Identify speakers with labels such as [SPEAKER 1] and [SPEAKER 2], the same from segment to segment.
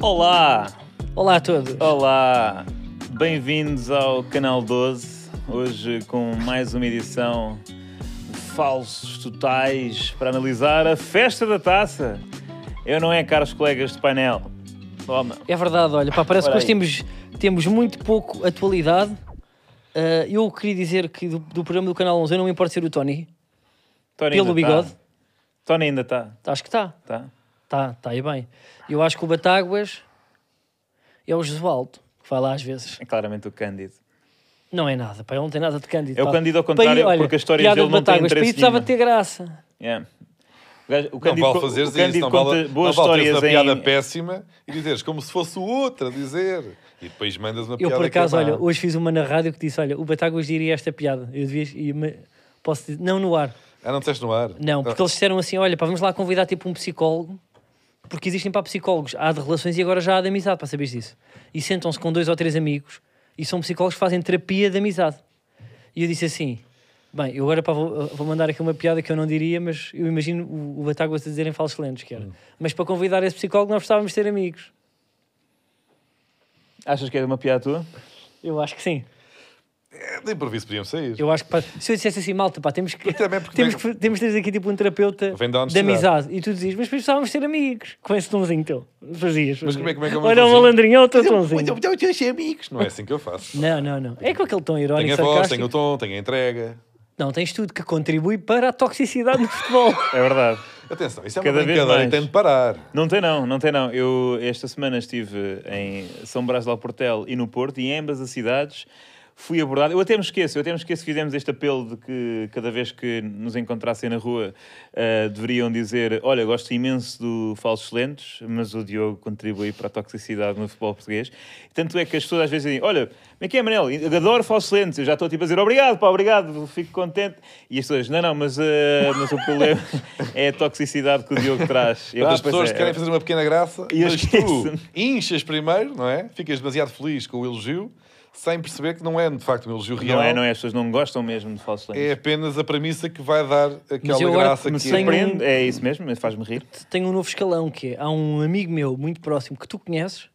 [SPEAKER 1] Olá!
[SPEAKER 2] Olá a todos.
[SPEAKER 1] Olá! Bem-vindos ao Canal 12, hoje com mais uma edição de Falsos Totais para analisar a festa da taça. Eu não é, caros colegas de painel. Oh, Toma.
[SPEAKER 2] É verdade, olha, pá, parece
[SPEAKER 1] Ora
[SPEAKER 2] que hoje
[SPEAKER 1] aí.
[SPEAKER 2] temos, temos muito pouco atualidade. Ah, eu queria dizer que do, do programa do Canal 11 eu não me importo ser o Tony.
[SPEAKER 1] Tony
[SPEAKER 2] Pelo
[SPEAKER 1] ainda tá.
[SPEAKER 2] bigode?
[SPEAKER 1] Tony ainda está.
[SPEAKER 2] Acho que está.
[SPEAKER 1] Tá?
[SPEAKER 2] Está, está aí bem. Eu acho que o Batáguas é o Josualdo, que vai lá às vezes.
[SPEAKER 1] É claramente o Cândido.
[SPEAKER 2] Não é nada, pá, ele não tem nada de cândido.
[SPEAKER 1] É o
[SPEAKER 2] pá.
[SPEAKER 1] Cândido ao
[SPEAKER 2] Para
[SPEAKER 1] contrário,
[SPEAKER 2] aí, olha,
[SPEAKER 1] porque as histórias
[SPEAKER 2] piada
[SPEAKER 1] dele
[SPEAKER 2] de
[SPEAKER 1] não têm
[SPEAKER 2] Batáguas, para
[SPEAKER 1] interesse
[SPEAKER 2] isso precisava
[SPEAKER 1] nenhum.
[SPEAKER 2] ter graça.
[SPEAKER 1] Yeah. O gajo- O
[SPEAKER 3] Não
[SPEAKER 1] Cândido,
[SPEAKER 3] vale
[SPEAKER 1] co-
[SPEAKER 3] fazeres
[SPEAKER 1] o Cândido
[SPEAKER 3] isso, não
[SPEAKER 1] conta
[SPEAKER 3] vale,
[SPEAKER 1] boas
[SPEAKER 3] não vale teres
[SPEAKER 1] histórias
[SPEAKER 3] uma
[SPEAKER 1] em...
[SPEAKER 3] piada péssima e dizeres como se fosse outra, dizer. E depois mandas uma
[SPEAKER 2] Eu,
[SPEAKER 3] piada
[SPEAKER 2] por acaso,
[SPEAKER 3] que é má.
[SPEAKER 2] olha, hoje fiz uma na rádio que disse: Olha, o Batáguas diria esta piada. Eu devia. E me- posso dizer, não no ar.
[SPEAKER 3] Ah, não disseste no ar?
[SPEAKER 2] Não, porque
[SPEAKER 3] Ah.
[SPEAKER 2] eles disseram assim: Olha, pá, vamos lá convidar tipo um psicólogo, porque existem para psicólogos. Há de relações e agora já há de amizade, para saberes disso. E sentam-se com dois ou três amigos e são psicólogos que fazem terapia de amizade. E eu disse assim: Bem, eu agora pá, vou, vou mandar aqui uma piada que eu não diria, mas eu imagino o, o Batáguas a dizer em falsos lentes, que era. Mas para convidar esse psicólogo nós precisávamos ser amigos.
[SPEAKER 1] Achas que é uma piada tua?
[SPEAKER 2] Eu acho que sim.
[SPEAKER 3] Ah, De improviso podiam sair.
[SPEAKER 2] Eu acho que pá, se eu dissesse assim, malta, pá, temos que,
[SPEAKER 3] também porque
[SPEAKER 2] temos,
[SPEAKER 3] tem-
[SPEAKER 2] que temos que ter aqui tipo um terapeuta
[SPEAKER 3] Vem da
[SPEAKER 2] de
[SPEAKER 3] honestidade.
[SPEAKER 2] amizade. E tu dizias, mas precisávamos ser amigos. Com esse tomzinho teu. Fazias.
[SPEAKER 3] Mas como é- como é que é o meu
[SPEAKER 2] Olha o
[SPEAKER 3] tonzinho?
[SPEAKER 2] malandrinho, olha o teu
[SPEAKER 3] Então,
[SPEAKER 2] tomzinho.
[SPEAKER 3] então, então, achei amigos. Não é assim que eu faço.
[SPEAKER 2] Não, não, não. É com aquele tom
[SPEAKER 3] Tenho
[SPEAKER 2] irónico,
[SPEAKER 3] a voz,
[SPEAKER 2] sarcástico.
[SPEAKER 3] tenho o tom, tenho a entrega.
[SPEAKER 2] Não, tens tudo que contribui para a toxicidade no futebol.
[SPEAKER 1] É verdade.
[SPEAKER 3] Atenção, isso é
[SPEAKER 1] Cada
[SPEAKER 3] uma
[SPEAKER 1] vez
[SPEAKER 3] brincadeira
[SPEAKER 1] mais. Ah,
[SPEAKER 3] e tem de parar.
[SPEAKER 1] Não tem não, não tem não. Eu esta semana estive em São Brás de Alportel e no Porto e em ambas as cidades fui abordado. Eu até me esqueço, eu até me esqueço que fizemos este apelo de que cada vez que nos encontrassem na rua ah, deveriam dizer olha, eu gosto imenso do Falsos Lentes, mas o Diogo contribui para a toxicidade no futebol português. Tanto é que as pessoas às vezes dizem olha, como é que é Manel? Eu adoro Falsos Lentes. Eu já estou tipo a dizer obrigado, pá, obrigado, fico contente. E as pessoas, não, não, mas, ah, mas o problema é a toxicidade que o Diogo traz. Eu,
[SPEAKER 3] As
[SPEAKER 1] "Ah, pois
[SPEAKER 3] pessoas
[SPEAKER 1] é,
[SPEAKER 3] querem fazer uma pequena graça,
[SPEAKER 1] E eu
[SPEAKER 3] mas tu
[SPEAKER 1] esqueço-me.
[SPEAKER 3] inchas primeiro, não é? Ficas demasiado feliz com o elogio, sem perceber que não é, de facto, um elogio real.
[SPEAKER 1] Não é, não é, as pessoas não gostam mesmo de falsos
[SPEAKER 3] É
[SPEAKER 1] lentes.
[SPEAKER 3] apenas a premissa que vai dar aquela
[SPEAKER 2] eu agora
[SPEAKER 3] graça que
[SPEAKER 2] comecei-
[SPEAKER 3] é.
[SPEAKER 2] tenho um-
[SPEAKER 1] Surpreende, é isso mesmo, mas faz-me rir.
[SPEAKER 2] Tenho um novo escalão que é, há um amigo meu muito próximo que tu conheces,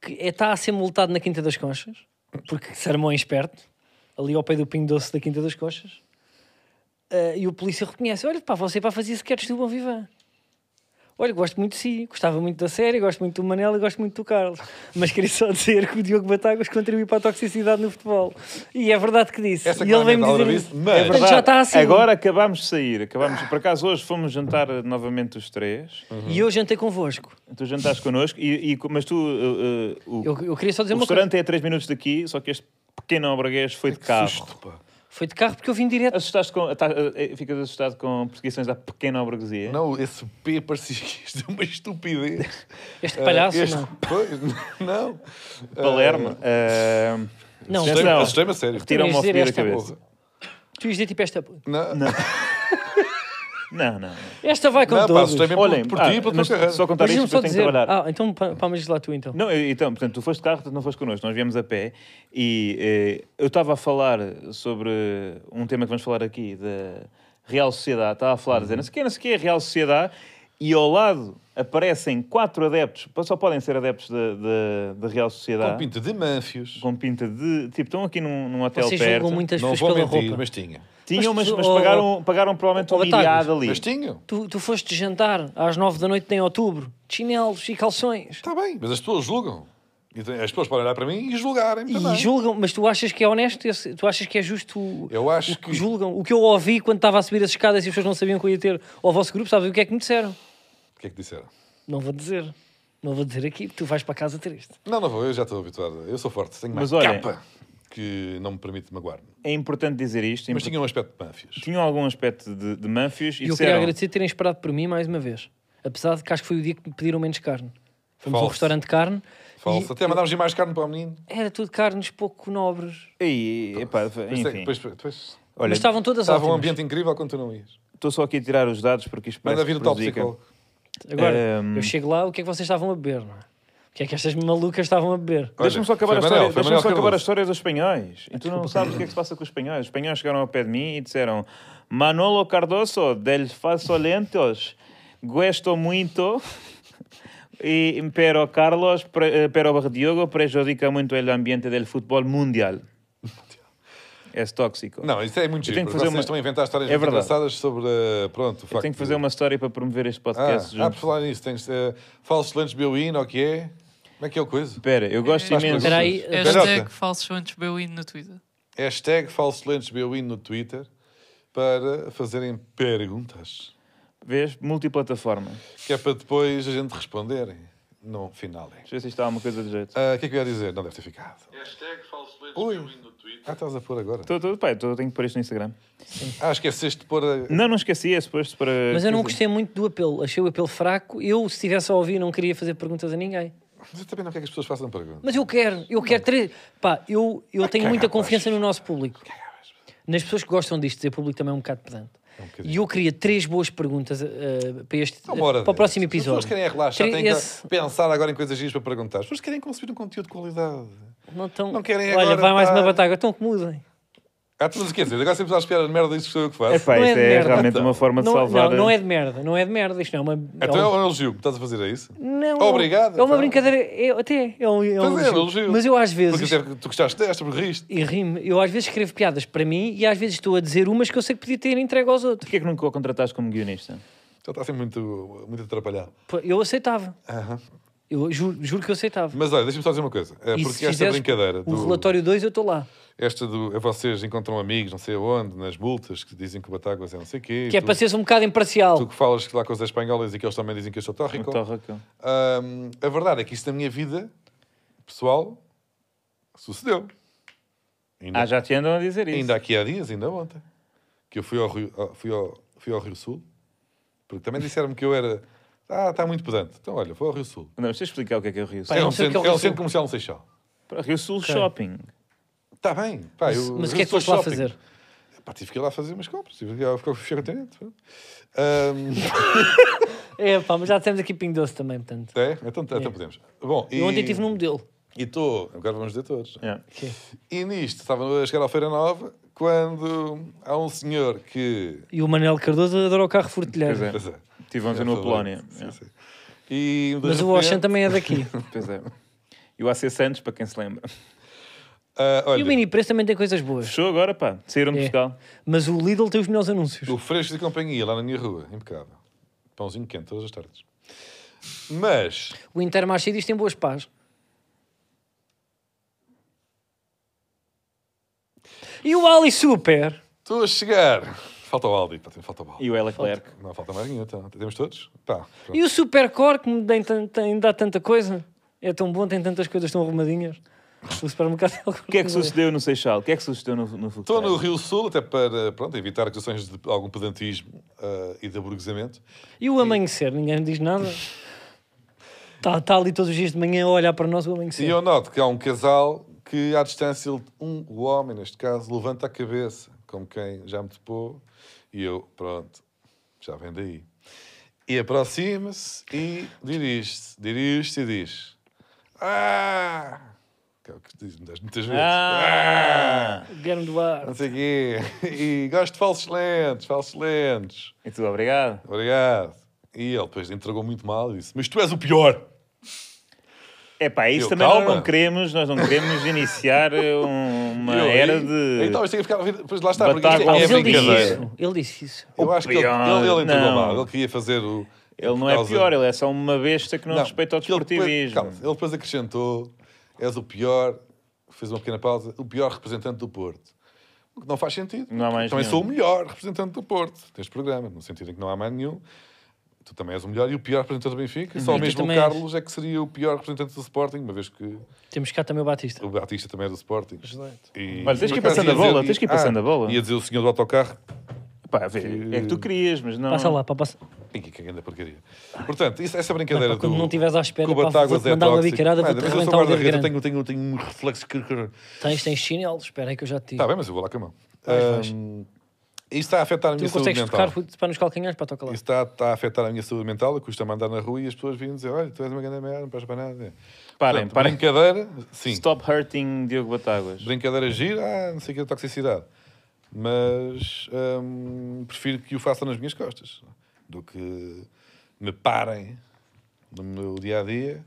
[SPEAKER 2] que é- está a ser multado na Quinta das Conchas, porque se armou em esperto, ali ao pé do Pinho Doce da Quinta das Conchas, Ah, e o polícia reconhece, olha pá, você é para fazer sketches do Bom Vivan. Olha, gosto muito de si, gostava muito da série, gosto muito do Manel e gosto muito do Carlos. Mas queria só dizer que o Diogo Batáguas contribui para a toxicidade no futebol. E é verdade que disse.
[SPEAKER 3] Essa
[SPEAKER 2] e ele vem-me
[SPEAKER 3] claramente
[SPEAKER 2] dizer
[SPEAKER 3] ela
[SPEAKER 2] isso.
[SPEAKER 3] disse, mas- É
[SPEAKER 2] Portanto, já está assim.
[SPEAKER 1] Agora acabámos de sair. Acabámos, por acaso hoje fomos jantar novamente os três.
[SPEAKER 2] E eu jantei convosco.
[SPEAKER 1] Tu jantaste connosco, e, e- mas tu. uh, uh, o
[SPEAKER 2] Eu, eu queria só dizer
[SPEAKER 1] o
[SPEAKER 2] uma coisa.
[SPEAKER 1] restaurante é a 3 minutos daqui, só que este pequeno alberguês foi de carro.
[SPEAKER 3] Susto, pá.
[SPEAKER 2] Foi de carro porque eu vim direto.
[SPEAKER 1] Assustaste com, tá, uh, ficas assustado com perseguições da pequena alberguesia.
[SPEAKER 3] Não, esse P parecia que isto é uma estupidez.
[SPEAKER 2] Este palhaço,
[SPEAKER 3] Ah, este-
[SPEAKER 2] não.
[SPEAKER 3] Pois, não.
[SPEAKER 1] Palermo. Uh,
[SPEAKER 2] Não,
[SPEAKER 1] Sim,
[SPEAKER 2] tu,
[SPEAKER 1] não.
[SPEAKER 3] Assustei-me assustei-me a sério.
[SPEAKER 2] Retira-
[SPEAKER 1] Tiram-me
[SPEAKER 2] Tinhas
[SPEAKER 1] a
[SPEAKER 2] de dizer
[SPEAKER 1] fobia da
[SPEAKER 2] esta
[SPEAKER 1] cabeça.
[SPEAKER 3] Porra.
[SPEAKER 2] tu ias dizer tipo esta.
[SPEAKER 3] Não,
[SPEAKER 1] Não, não.
[SPEAKER 2] Esta vai com
[SPEAKER 3] não pá,
[SPEAKER 2] todos.
[SPEAKER 3] assustei-me
[SPEAKER 1] Olhem,
[SPEAKER 3] por, por
[SPEAKER 1] ah,
[SPEAKER 3] ti e pela tua
[SPEAKER 1] mas
[SPEAKER 3] carreira.
[SPEAKER 1] só contar
[SPEAKER 2] Mas
[SPEAKER 1] isto
[SPEAKER 2] me
[SPEAKER 1] porque eu
[SPEAKER 2] só
[SPEAKER 1] tenho que
[SPEAKER 2] dizer.
[SPEAKER 1] trabalhar.
[SPEAKER 2] Ah, então para mas lá tu então.
[SPEAKER 1] Não, eu- então, portanto, tu foste de carro, tu não foste connosco, nós viemos a pé e eh, eu estava a falar sobre um tema que vamos falar aqui, da Real Sociedade, estava a falar, a
[SPEAKER 2] Uhum.
[SPEAKER 1] dizer, não sei o que, não sei o que é Real Sociedade, e ao lado aparecem quatro adeptos, só podem ser adeptos da- da da Real
[SPEAKER 3] Com
[SPEAKER 1] Sociedade,
[SPEAKER 3] pinto de manfios.
[SPEAKER 1] com pinta de, tipo, estão aqui num, num hotel
[SPEAKER 2] Vocês
[SPEAKER 1] perto,
[SPEAKER 2] julgam muitas
[SPEAKER 3] Não
[SPEAKER 2] pessoas
[SPEAKER 3] vou
[SPEAKER 2] pela
[SPEAKER 3] mentir,
[SPEAKER 2] roupa.
[SPEAKER 3] mas tinha.
[SPEAKER 1] tinham, mas,
[SPEAKER 2] Mas tu-
[SPEAKER 1] mas
[SPEAKER 2] oh,
[SPEAKER 1] pagaram, pagaram provavelmente
[SPEAKER 2] oh,
[SPEAKER 1] um milhado
[SPEAKER 2] Batáguas,
[SPEAKER 1] ali.
[SPEAKER 3] Mas tinham.
[SPEAKER 2] Tu, tu foste jantar às nove da noite em outubro, de chinelos e calções.
[SPEAKER 3] Está Tá bem, mas as pessoas julgam. Então, As pessoas podem olhar para mim e julgarem
[SPEAKER 2] E
[SPEAKER 3] também.
[SPEAKER 2] julgam, mas tu achas que é honesto? esse- Tu achas que é justo? o-
[SPEAKER 3] Eu acho
[SPEAKER 2] o que
[SPEAKER 3] que-
[SPEAKER 2] julgam. O que eu ouvi quando estava a subir as escadas e as pessoas não sabiam que eu ia ter ao vosso grupo, sabes o que é que me disseram?
[SPEAKER 3] O que é que disseram?
[SPEAKER 2] Não vou dizer. Não vou dizer aqui, tu vais para casa triste.
[SPEAKER 3] Não, não vou, eu já estou habituado. Eu sou forte, tenho mais
[SPEAKER 1] Mas olha-
[SPEAKER 3] capa que não me permite magoar-me.
[SPEAKER 1] É importante dizer isto, é
[SPEAKER 3] Mas
[SPEAKER 1] impor-
[SPEAKER 3] tinha um aspecto de manfios.
[SPEAKER 1] tinham algum aspecto de, de manfios e
[SPEAKER 2] E eu queria
[SPEAKER 1] disseram,
[SPEAKER 2] agradecer terem esperado por mim mais uma vez. Apesar de que acho que foi o dia que me pediram menos carne. Fomos a um
[SPEAKER 3] Falso.
[SPEAKER 2] restaurante de carne.
[SPEAKER 3] Falso.
[SPEAKER 2] e
[SPEAKER 3] Até mandámos ir mais carne para o menino.
[SPEAKER 2] Era tudo carnes pouco nobres.
[SPEAKER 1] Ei, epá, enfim.
[SPEAKER 3] Depois, depois,
[SPEAKER 1] Olha,
[SPEAKER 2] mas estavam todas
[SPEAKER 3] estava um
[SPEAKER 2] ótimas.
[SPEAKER 3] ambiente incrível quando tu não ias.
[SPEAKER 1] Estou só aqui a tirar os dados porque isto
[SPEAKER 3] Manda
[SPEAKER 1] parece
[SPEAKER 3] vir
[SPEAKER 1] que
[SPEAKER 3] o tal
[SPEAKER 1] prejudica.
[SPEAKER 3] psicólogo.
[SPEAKER 2] Agora,
[SPEAKER 1] Ehm.
[SPEAKER 2] eu chego lá, o que é que vocês estavam a beber? Não é? O que é que estas malucas estavam a beber?
[SPEAKER 3] Olha,
[SPEAKER 1] Deixa-me só acabar,
[SPEAKER 3] foi
[SPEAKER 1] a
[SPEAKER 3] Manuel,
[SPEAKER 1] história,
[SPEAKER 3] foi
[SPEAKER 1] deixa-me só
[SPEAKER 3] Manuel
[SPEAKER 1] acabar a
[SPEAKER 3] Cardoso.
[SPEAKER 1] história dos espanhóis. E tu não sabes o que é que se passa com os espanhóis. Os espanhóis chegaram ao pé de mim e disseram Manolo Cardoso, del Faso Lentos, gosto muito. E pero Carlos, pre- eh, pero Diogo prejudica muito o ambiente do futebol mundial. É tóxico.
[SPEAKER 3] Não, isso é muito giro.
[SPEAKER 1] tenho que fazer
[SPEAKER 3] porque Vocês
[SPEAKER 1] uma-
[SPEAKER 3] estão a inventar histórias
[SPEAKER 1] É
[SPEAKER 3] muito
[SPEAKER 1] verdade.
[SPEAKER 3] engraçadas sobre eh, pronto, o facto
[SPEAKER 1] Tenho que fazer
[SPEAKER 3] de-
[SPEAKER 1] uma história para promover este
[SPEAKER 3] Ah,
[SPEAKER 1] podcast.
[SPEAKER 3] ah,
[SPEAKER 1] junto.
[SPEAKER 3] por falar nisso, tens eh, falsos lanches Beuin, ou o que é? Como é que é o coisa?
[SPEAKER 1] Espera, eu gosto
[SPEAKER 3] Faz
[SPEAKER 1] imenso.
[SPEAKER 2] Espera aí,
[SPEAKER 3] coisas.
[SPEAKER 4] Hashtag
[SPEAKER 3] Garota.
[SPEAKER 4] falsos antes Beuin no Twitter.
[SPEAKER 3] Hashtag falsos lanches Beuin no Twitter para fazerem perguntas.
[SPEAKER 1] Vês? Multiplataforma.
[SPEAKER 3] Que é para depois a gente responder no final.
[SPEAKER 1] Deixa eu ver se isto há uma coisa de jeito.
[SPEAKER 3] Ah, O que é que eu ia dizer? Não deve ter ficado.
[SPEAKER 5] Hashtag falso leite
[SPEAKER 3] Ui.
[SPEAKER 5] Beuin no Twitter.
[SPEAKER 3] Ah, estás a pôr agora.
[SPEAKER 1] Tô, tô, pá, tô- tenho que pôr isto no Instagram.
[SPEAKER 3] Ah, esqueceste de pôr a...
[SPEAKER 1] Não, não esqueci, é suposto para.
[SPEAKER 2] Mas eu não gostei muito do apelo, achei o apelo fraco. Eu, se estivesse a ouvir, não queria fazer perguntas a ninguém.
[SPEAKER 3] Mas eu também não quero que as pessoas façam perguntas.
[SPEAKER 2] Mas eu quero, eu quero três. Pá, eu, eu tenho muita
[SPEAKER 3] cagabas.
[SPEAKER 2] confiança no nosso público. Nas pessoas que gostam disto, dizer público também é um bocado pedante.
[SPEAKER 3] bocadinho.
[SPEAKER 2] e eu queria três boas perguntas eh, para este
[SPEAKER 3] Há uma hora
[SPEAKER 2] para o próximo
[SPEAKER 3] dessas.
[SPEAKER 2] episódio.
[SPEAKER 3] Então, As pessoas querem é relaxar,
[SPEAKER 2] Tre-
[SPEAKER 3] têm
[SPEAKER 2] esse-
[SPEAKER 3] que pensar agora em coisas giras para perguntar. As pessoas querem consumir um conteúdo de qualidade.
[SPEAKER 2] Não, tão...
[SPEAKER 3] Não querem
[SPEAKER 2] Olha,
[SPEAKER 3] agora,
[SPEAKER 2] vai mais
[SPEAKER 3] pá.
[SPEAKER 2] uma batalha, então que mudem.
[SPEAKER 3] Ah, tu não se quer dizer, agora sempre estás a esperar a merda disso que sou eu que faço.
[SPEAKER 1] É pá,
[SPEAKER 2] Não é
[SPEAKER 1] isto
[SPEAKER 2] de
[SPEAKER 1] é,
[SPEAKER 2] merda.
[SPEAKER 1] realmente uma forma de
[SPEAKER 2] Não,
[SPEAKER 1] salvar.
[SPEAKER 2] não, não é de merda, não é de merda. Isto não é uma.
[SPEAKER 3] Então
[SPEAKER 2] é
[SPEAKER 3] é
[SPEAKER 2] um-
[SPEAKER 3] um elogio que estás a fazer, é isso?
[SPEAKER 2] não,
[SPEAKER 3] Obrigado,
[SPEAKER 2] É uma
[SPEAKER 3] então.
[SPEAKER 2] brincadeira, é, até é um, é um
[SPEAKER 3] Pois é,
[SPEAKER 2] elogio.
[SPEAKER 3] elogio.
[SPEAKER 2] Mas eu às
[SPEAKER 3] Porque
[SPEAKER 2] vezes.
[SPEAKER 3] até porque tu gostaste desta, porque riste.
[SPEAKER 2] E rime, eu às vezes escrevo piadas para mim e às vezes estou a dizer umas que eu sei que podia ter entregue aos outros.
[SPEAKER 1] Porquê é que nunca o contrataste como guionista?
[SPEAKER 3] Então está sempre muito, muito atrapalhado.
[SPEAKER 2] Pô, Eu aceitava.
[SPEAKER 3] Aham.
[SPEAKER 2] Eu juro, juro que eu aceitava.
[SPEAKER 3] Mas olha, deixa-me só dizer uma coisa. É,
[SPEAKER 2] E se
[SPEAKER 3] porque esta
[SPEAKER 2] fizeres
[SPEAKER 3] brincadeira.
[SPEAKER 2] O
[SPEAKER 3] do-
[SPEAKER 2] relatório 2 eu estou lá.
[SPEAKER 3] Esta do. é Vocês encontram amigos, não sei onde, nas multas, que dizem que o Batáguas é não sei o quê.
[SPEAKER 2] Que é
[SPEAKER 3] tu,
[SPEAKER 2] para seres um bocado imparcial.
[SPEAKER 3] tu que falas lá com as espanholas e que eles também dizem que eu sou
[SPEAKER 1] Muito
[SPEAKER 3] tórrico.
[SPEAKER 1] torraco.
[SPEAKER 3] Ahm, a verdade é que isso na minha vida pessoal sucedeu. Ainda,
[SPEAKER 1] Ah, já te andam a dizer isso.
[SPEAKER 3] ainda aqui há dias, ainda ontem, que eu fui ao Rio, ao- fui ao, fui ao Rio Sul, porque também disseram-me que eu era. Ah, está muito pedante. Então, olha, vou ao Rio Sul.
[SPEAKER 1] Não, mas deixa eu explicar o que é que é o Rio Sul.
[SPEAKER 2] Pá, eu
[SPEAKER 3] é
[SPEAKER 2] não
[SPEAKER 3] um,
[SPEAKER 2] sei o que
[SPEAKER 3] centro,
[SPEAKER 2] é o Rio
[SPEAKER 3] é um
[SPEAKER 2] Sul.
[SPEAKER 3] centro comercial no Seixal.
[SPEAKER 1] Pá, Rio Sul Shopping.
[SPEAKER 3] Está bem. Pá, Ah, eu-
[SPEAKER 2] Mas o
[SPEAKER 3] Rio
[SPEAKER 2] que é que
[SPEAKER 3] Sul
[SPEAKER 2] foste lá
[SPEAKER 3] Shopping.
[SPEAKER 2] fazer?
[SPEAKER 3] Pá, tive que ir lá fazer umas compras. Tive que ir lá, fico- fiquei contente. pronto. Ahm,
[SPEAKER 2] É pá, mas já temos aqui Ping Doce também, portanto.
[SPEAKER 3] é, então, então podemos. Bom, e
[SPEAKER 2] Eu ontem estive num modelo.
[SPEAKER 3] e estou. Agora vamos dizer todos.
[SPEAKER 1] Yeah.
[SPEAKER 3] E nisto, estava a chegar à Feira Nova, quando há um senhor que.
[SPEAKER 2] E o Manuel Cardoso adora o carro furtilheiro.
[SPEAKER 1] Pois é.
[SPEAKER 3] Pois é.
[SPEAKER 1] Tivemos
[SPEAKER 3] É,
[SPEAKER 1] numa
[SPEAKER 3] foi-
[SPEAKER 1] Polónia.
[SPEAKER 3] sim,
[SPEAKER 1] Yeah.
[SPEAKER 3] sim. E de
[SPEAKER 2] Mas o
[SPEAKER 3] repente-
[SPEAKER 2] Ocean também é daqui.
[SPEAKER 1] Pois é. E o AC Santos, para quem se lembra.
[SPEAKER 3] Ah, olha,
[SPEAKER 2] e o Mini Preço também tem coisas boas.
[SPEAKER 1] Fechou agora, pá. Saíram de
[SPEAKER 2] É.
[SPEAKER 1] Portugal.
[SPEAKER 2] Mas o Lidl tem os melhores anúncios.
[SPEAKER 3] o Fresco e Companhia, lá na minha rua, impecável. Pãozinho quente todas as tardes. Mas,
[SPEAKER 2] O Intermarché diz que tem boas pás. E o Ali Super?
[SPEAKER 3] estou a chegar. Falta o Aldi, pá, falta o Aldi.
[SPEAKER 1] E o Leclerc.
[SPEAKER 3] Não falta mais nenhum, então. Temos todos? Pá, pronto.
[SPEAKER 2] E o Supercore que me dá, tan- tan- dá tanta coisa? É tão bom, tem tantas coisas tão arrumadinhas. O supermercado é
[SPEAKER 1] O que é que sucedeu no Seixal? O que é que sucedeu no, no Fukuoka?
[SPEAKER 3] Estou no Rio Sul, até para pronto, evitar acusações de algum pedantismo ah, e de aburguesamento.
[SPEAKER 2] E o amanhecer? Ninguém me diz nada. Está tá ali todos os dias de manhã a olhar para nós o amanhecer.
[SPEAKER 3] E eu noto que há um casal que, à distância, ele- um, o homem, neste caso, levanta a cabeça, como quem já me depou, e eu, pronto, já vem daí. E aproxima-se e dirige-se, dirige-se e diz: Ah! Que é o que diz muitas vezes.
[SPEAKER 1] Ah!
[SPEAKER 2] O Guilherme Duarte.
[SPEAKER 3] Não sei o quê. E gosto de falsos lentes, falsos lentes.
[SPEAKER 1] E tu, obrigado.
[SPEAKER 3] Obrigado. E ele depois entregou muito mal e disse: Mas tu és o pior!
[SPEAKER 1] É pá, isso
[SPEAKER 3] Eu,
[SPEAKER 1] também nós
[SPEAKER 3] calma.
[SPEAKER 1] não queremos. Nós não queremos iniciar um- uma
[SPEAKER 3] E eu,
[SPEAKER 1] era
[SPEAKER 3] e-
[SPEAKER 1] de...
[SPEAKER 3] Então isto tem que ficar. Pois lá está, porque
[SPEAKER 1] Batáguas.
[SPEAKER 3] isto é, é
[SPEAKER 2] Mas ele disse
[SPEAKER 3] brincadeira.
[SPEAKER 2] isso. Ele disse isso.
[SPEAKER 3] Eu
[SPEAKER 1] O
[SPEAKER 3] acho que ele,
[SPEAKER 1] pior,
[SPEAKER 3] ele, ele entregou
[SPEAKER 1] não.
[SPEAKER 3] mal. Ele queria fazer o.
[SPEAKER 1] Ele não
[SPEAKER 3] por
[SPEAKER 1] é
[SPEAKER 3] causa-
[SPEAKER 1] pior, ele é só uma besta que não, respeita o
[SPEAKER 3] porque ele depois-
[SPEAKER 1] desportivismo.
[SPEAKER 3] calma, ele depois acrescentou: és o pior, fez uma pequena pausa, o pior representante do Porto. O que não faz sentido.
[SPEAKER 1] Não há mais
[SPEAKER 3] também
[SPEAKER 1] nenhum.
[SPEAKER 3] sou o melhor representante do Porto neste programa, no sentido em que não há mais nenhum. Tu também és o melhor e o pior representante do Benfica. Só
[SPEAKER 2] E tu
[SPEAKER 3] mesmo o
[SPEAKER 2] também és.
[SPEAKER 3] Carlos é que seria o pior representante do Sporting, uma vez que
[SPEAKER 2] Temos cá também o Batista.
[SPEAKER 3] o Batista também é do Sporting. E,
[SPEAKER 1] Olha, tens
[SPEAKER 3] por
[SPEAKER 1] que ir
[SPEAKER 3] acaso
[SPEAKER 1] passando
[SPEAKER 3] ia
[SPEAKER 1] a bola,
[SPEAKER 3] dizer- Ah,
[SPEAKER 1] tens que ir passando a bola.
[SPEAKER 3] Ia dizer o senhor do autocarro
[SPEAKER 1] Pá, vê, é que tu querias, mas não.
[SPEAKER 2] Passa lá, pá, passa.
[SPEAKER 3] E que grande porcaria. Portanto, isso- essa brincadeira
[SPEAKER 2] Não, pá, quando
[SPEAKER 3] do...
[SPEAKER 2] não tiveres à espera,
[SPEAKER 3] que o
[SPEAKER 2] pá,
[SPEAKER 3] Batáguas
[SPEAKER 2] vou-te mandar uma
[SPEAKER 3] tóxico.
[SPEAKER 2] bicarada,
[SPEAKER 3] Nada,
[SPEAKER 2] vou-te
[SPEAKER 3] mas eu sou
[SPEAKER 2] arrebentar o dedo
[SPEAKER 3] guarda-redes, eu
[SPEAKER 2] grande.
[SPEAKER 3] tenho, tenho, tenho um reflexo... que- que-
[SPEAKER 2] Tens, tens chinelo? Espera aí que eu já te
[SPEAKER 1] Tá
[SPEAKER 2] digo.
[SPEAKER 3] Está bem, mas eu vou lá com a mão.
[SPEAKER 2] Vais,
[SPEAKER 3] Ahm, isto está a afetar a
[SPEAKER 2] tu
[SPEAKER 1] é
[SPEAKER 3] minha
[SPEAKER 2] não
[SPEAKER 3] saúde
[SPEAKER 2] consegues tocar
[SPEAKER 3] mental.
[SPEAKER 2] fute- para nos calcanhares? Pá, toca lá.
[SPEAKER 3] Isto está, está a afetar a minha saúde mental, custa-me andar na rua e as pessoas vêm dizer olha, tu és uma grande merda, não pares para nada.
[SPEAKER 1] Parem,
[SPEAKER 3] Portanto,
[SPEAKER 1] parem.
[SPEAKER 3] Brincadeira, sim.
[SPEAKER 1] Stop hurting Diogo Batáguas.
[SPEAKER 3] Brincadeira gira, ah, não sei o que, toxicidade. Mas hum, ahm, prefiro que o façam nas minhas costas do que me parem no meu dia a dia,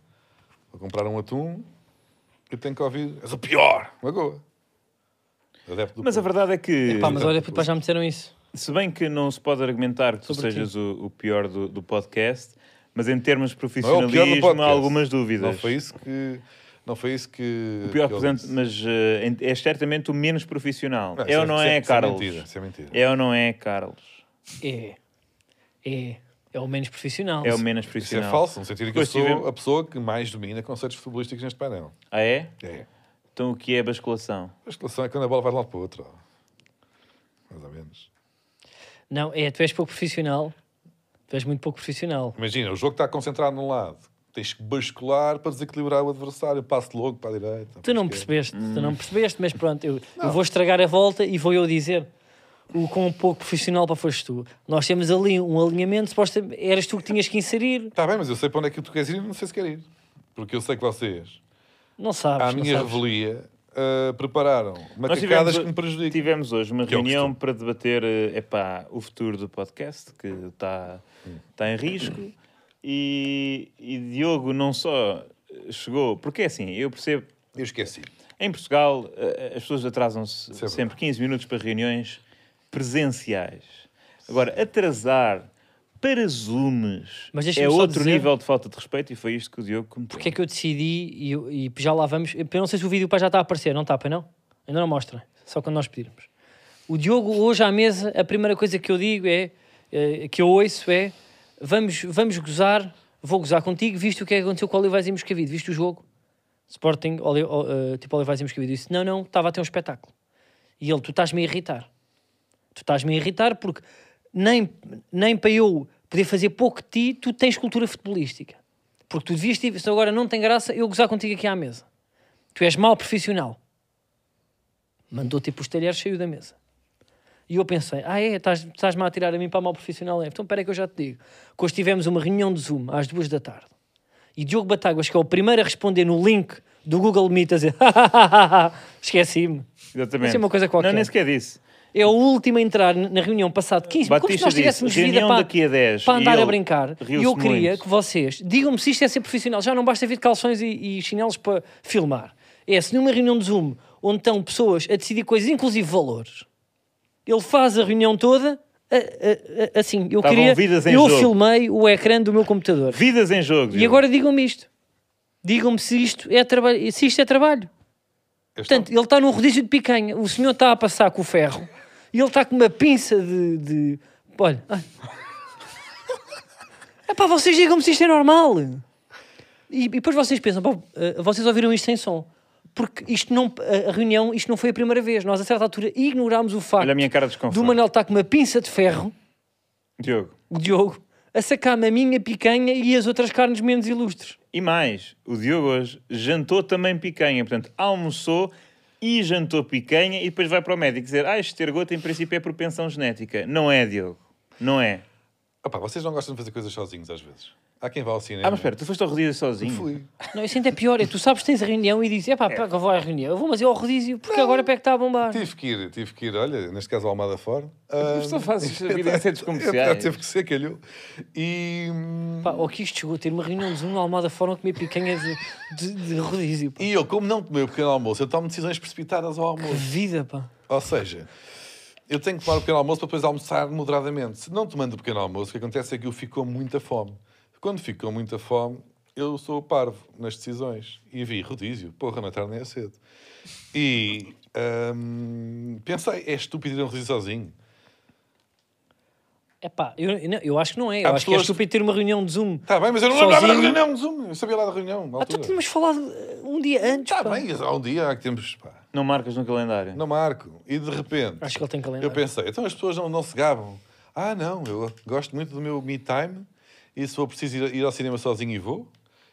[SPEAKER 3] vou comprar um atum, eu tenho que ouvir. És o pior! Lagoa. Adepto do
[SPEAKER 1] Mas a
[SPEAKER 3] povo.
[SPEAKER 1] verdade é que,
[SPEAKER 2] Pá, mas olha, puto, pá, já me disseram isso.
[SPEAKER 1] se bem que não se pode argumentar que tu
[SPEAKER 2] Sobre
[SPEAKER 1] sejas o, o pior do, do podcast, mas em termos de
[SPEAKER 3] Não é o pior do
[SPEAKER 1] profissionalismo há
[SPEAKER 3] podcast.
[SPEAKER 1] algumas dúvidas.
[SPEAKER 3] Não foi isso que. Não foi isso que.
[SPEAKER 1] O pior
[SPEAKER 3] que eu
[SPEAKER 1] representante,
[SPEAKER 3] disse.
[SPEAKER 1] mas eh, en- é certamente o menos profissional.
[SPEAKER 3] Não,
[SPEAKER 1] é
[SPEAKER 3] isso
[SPEAKER 1] ou não
[SPEAKER 3] isso
[SPEAKER 1] é,
[SPEAKER 3] isso
[SPEAKER 1] Carlos?
[SPEAKER 3] É mentira, isso é mentira.
[SPEAKER 1] É ou não é, Carlos?
[SPEAKER 2] É. É. É o menos profissional.
[SPEAKER 1] É o menos
[SPEAKER 3] Isso é
[SPEAKER 1] profissional.
[SPEAKER 3] falso, no sentido que eu
[SPEAKER 1] Depois
[SPEAKER 3] sou
[SPEAKER 1] tivemos-
[SPEAKER 3] a pessoa que mais domina conceitos futebolísticos neste painel.
[SPEAKER 1] Ah, é?
[SPEAKER 3] É.
[SPEAKER 1] Então o que é basculação?
[SPEAKER 3] A escalação é quando a bola vai de um lado para o outro. ó. Mais ou menos.
[SPEAKER 2] Não, é, tu és pouco profissional. Tu és muito pouco profissional.
[SPEAKER 3] Imagina, o jogo está concentrado num lado. Tens que bascular para desequilibrar o adversário. Passo logo para a direita.
[SPEAKER 2] Tu não
[SPEAKER 3] para a esquerda.
[SPEAKER 2] percebeste, tu
[SPEAKER 3] Hum.
[SPEAKER 2] não percebeste, mas pronto, eu, eu vou estragar a volta e vou eu dizer o quão pouco profissional para foste tu. Nós temos ali um alinhamento, supostamente eras tu que tinhas que inserir.
[SPEAKER 3] Está bem, mas eu sei para onde é que tu queres ir e não sei se quer ir. Porque eu sei que vocês,
[SPEAKER 2] Não sabes.
[SPEAKER 3] à
[SPEAKER 2] não
[SPEAKER 3] minha
[SPEAKER 2] sabes.
[SPEAKER 3] revelia, ah, prepararam
[SPEAKER 1] Nós
[SPEAKER 3] macacadas que me prejudicam.
[SPEAKER 1] tivemos hoje uma
[SPEAKER 3] é o
[SPEAKER 1] reunião
[SPEAKER 3] costume.
[SPEAKER 1] para debater eh, epá, o futuro do podcast, que está tá em risco. E, e Diogo não só chegou, porque é assim, eu percebo,
[SPEAKER 3] Eu esqueci.
[SPEAKER 1] em Portugal eh, as pessoas atrasam-se
[SPEAKER 3] Isso é
[SPEAKER 1] sempre 15 minutos para reuniões presenciais. Agora, atrasar para zooms
[SPEAKER 2] Mas deixa-me
[SPEAKER 1] é
[SPEAKER 2] só
[SPEAKER 1] outro
[SPEAKER 2] dizer-
[SPEAKER 1] nível de falta de respeito e foi isto que o Diogo cometeu.
[SPEAKER 2] Porque é que eu decidi e, eu- e já lá vamos. Eu não sei se o vídeo pá, já está a aparecer, não está, pá, não? Ainda não mostra, só quando nós pedirmos. O Diogo, hoje à mesa, a primeira coisa que eu digo é, eh, que eu ouço é: vamos, vamos gozar, vou gozar contigo, visto o que é que aconteceu com o Olivais e Moscavide, visto o jogo. Sporting, Oli, o- eh, tipo Olivais e Moscavide. Eu disse: não, não, estava a ter um espetáculo. E ele: tu estás-me a irritar. Tu estás-me a irritar porque nem, nem para eu poder fazer pouco de ti, tu tens cultura futebolística. Porque tu devias ter, se agora não tem graça eu gozar contigo aqui à mesa. Tu és mau profissional. Mandou tipo os talheres, saiu da mesa. E eu pensei, ah é, estás- estás-me a tirar a mim para mau profissional. É, então peraí que eu já te digo. Que hoje tivemos uma reunião de Zoom às duas da tarde. E Diogo Batáguas, que é o primeiro a responder no link do Google Meet, a dizer, esqueci-me.
[SPEAKER 1] Exatamente.
[SPEAKER 2] Isso é uma coisa qualquer.
[SPEAKER 1] Não, nem sequer disse.
[SPEAKER 2] É o último a entrar na reunião passado 15 minutos, como se
[SPEAKER 1] Batista
[SPEAKER 2] nós
[SPEAKER 1] disse,
[SPEAKER 2] tivéssemos vida
[SPEAKER 1] reunião
[SPEAKER 2] para,
[SPEAKER 1] daqui a 10,
[SPEAKER 2] para
[SPEAKER 1] e
[SPEAKER 2] andar
[SPEAKER 1] ele
[SPEAKER 2] a brincar. E
[SPEAKER 1] riu-se
[SPEAKER 2] eu queria
[SPEAKER 1] muito.
[SPEAKER 2] que vocês digam-me se isto é ser profissional. Já não basta vir de calções e, e chinelos para filmar. É se numa reunião de Zoom onde estão pessoas a decidir coisas, inclusive valores, ele faz a reunião toda a- a- a- assim. Eu
[SPEAKER 1] Estavam
[SPEAKER 2] queria.
[SPEAKER 1] vidas em
[SPEAKER 2] Eu
[SPEAKER 1] jogo.
[SPEAKER 2] filmei o ecrã do meu computador.
[SPEAKER 1] Vidas em jogo.
[SPEAKER 2] E
[SPEAKER 1] Diogo.
[SPEAKER 2] agora digam-me isto. Digam-me se isto é trabalho. Se isto é trabalho. Portanto, ele está num rodízio de picanha. O senhor está a passar com o ferro e ele está com uma pinça de. de... Olha. É pá, vocês digam-me se isto é normal. E, e depois vocês pensam, pá, eh, vocês ouviram isto sem som. Porque isto não, a- a reunião, isto não foi a primeira vez. Nós, a certa altura, ignorámos o facto
[SPEAKER 1] Olha a minha cara de desconforto.
[SPEAKER 2] do Manel estar com uma pinça de ferro,
[SPEAKER 1] Diogo.
[SPEAKER 2] o Diogo, a sacar-me a minha picanha e as outras carnes menos ilustres.
[SPEAKER 1] E mais, o Diogo hoje jantou também picanha. Portanto, almoçou e jantou picanha e depois vai para o médico dizer ah, este tergoto em princípio é propensão genética. Não é, Diogo. Não é.
[SPEAKER 3] Opa, vocês não gostam de fazer coisas sozinhos às vezes. Há quem vá ao cinema.
[SPEAKER 1] Ah, mas espera, tu foste ao rodízio sozinho?
[SPEAKER 3] Fui.
[SPEAKER 2] Não, isso ainda é pior. É tu sabes que tens a reunião e dizes: é pá, pá, que eu vou à reunião, eu vou, mas eu ao rodízio, porque agora pega que está a bombar.
[SPEAKER 3] Tive que ir, tive que ir, olha, neste caso ao Almada Fora. Ah,
[SPEAKER 1] Mas é tu fazes a vida em centros
[SPEAKER 3] epá,
[SPEAKER 1] comerciais.
[SPEAKER 3] Teve que ser, calhou. E, hum,
[SPEAKER 2] Pá, ou que isto chegou a ter uma reunião de Zoom na Almada Fórum a comer picanha de, de, de rodízio. Pá.
[SPEAKER 3] e eu, como não tomei o pequeno almoço, eu tomo decisões precipitadas ao
[SPEAKER 2] Que
[SPEAKER 3] almoço.
[SPEAKER 2] vida, pá.
[SPEAKER 3] Ou seja, eu tenho que tomar o pequeno almoço para depois almoçar moderadamente. Se não tomando o pequeno almoço, o que acontece é que eu fico com muita fome. Quando fico com muita fome, eu sou parvo nas decisões. E vi rodízio, porra, na tarde nem é cedo. E hum, pensei, é estúpido ir a um rodízio sozinho.
[SPEAKER 2] É pá, eu, eu não- eu acho que não é. Eu
[SPEAKER 3] Há
[SPEAKER 2] acho que é
[SPEAKER 3] pessoas-
[SPEAKER 2] estúpido ter uma reunião de Zoom.
[SPEAKER 3] Está Tá bem, mas eu não lembrava da
[SPEAKER 2] Sozinho?
[SPEAKER 3] reunião, Zoom. Eu sabia lá da reunião. na
[SPEAKER 2] Ah, tu
[SPEAKER 3] altura.
[SPEAKER 2] tínhamos falado eh, um dia antes.
[SPEAKER 3] Está
[SPEAKER 2] pá.
[SPEAKER 3] bem, há um dia há que temos. Pá,
[SPEAKER 1] Não marcas no calendário.
[SPEAKER 3] não marco. E de repente.
[SPEAKER 2] Acho que ele tem
[SPEAKER 3] Eu
[SPEAKER 2] calendário.
[SPEAKER 3] pensei, então as pessoas não, não se gabam. Ah, não, eu gosto muito do meu me time e se for preciso ir, ir ao cinema sozinho e vou.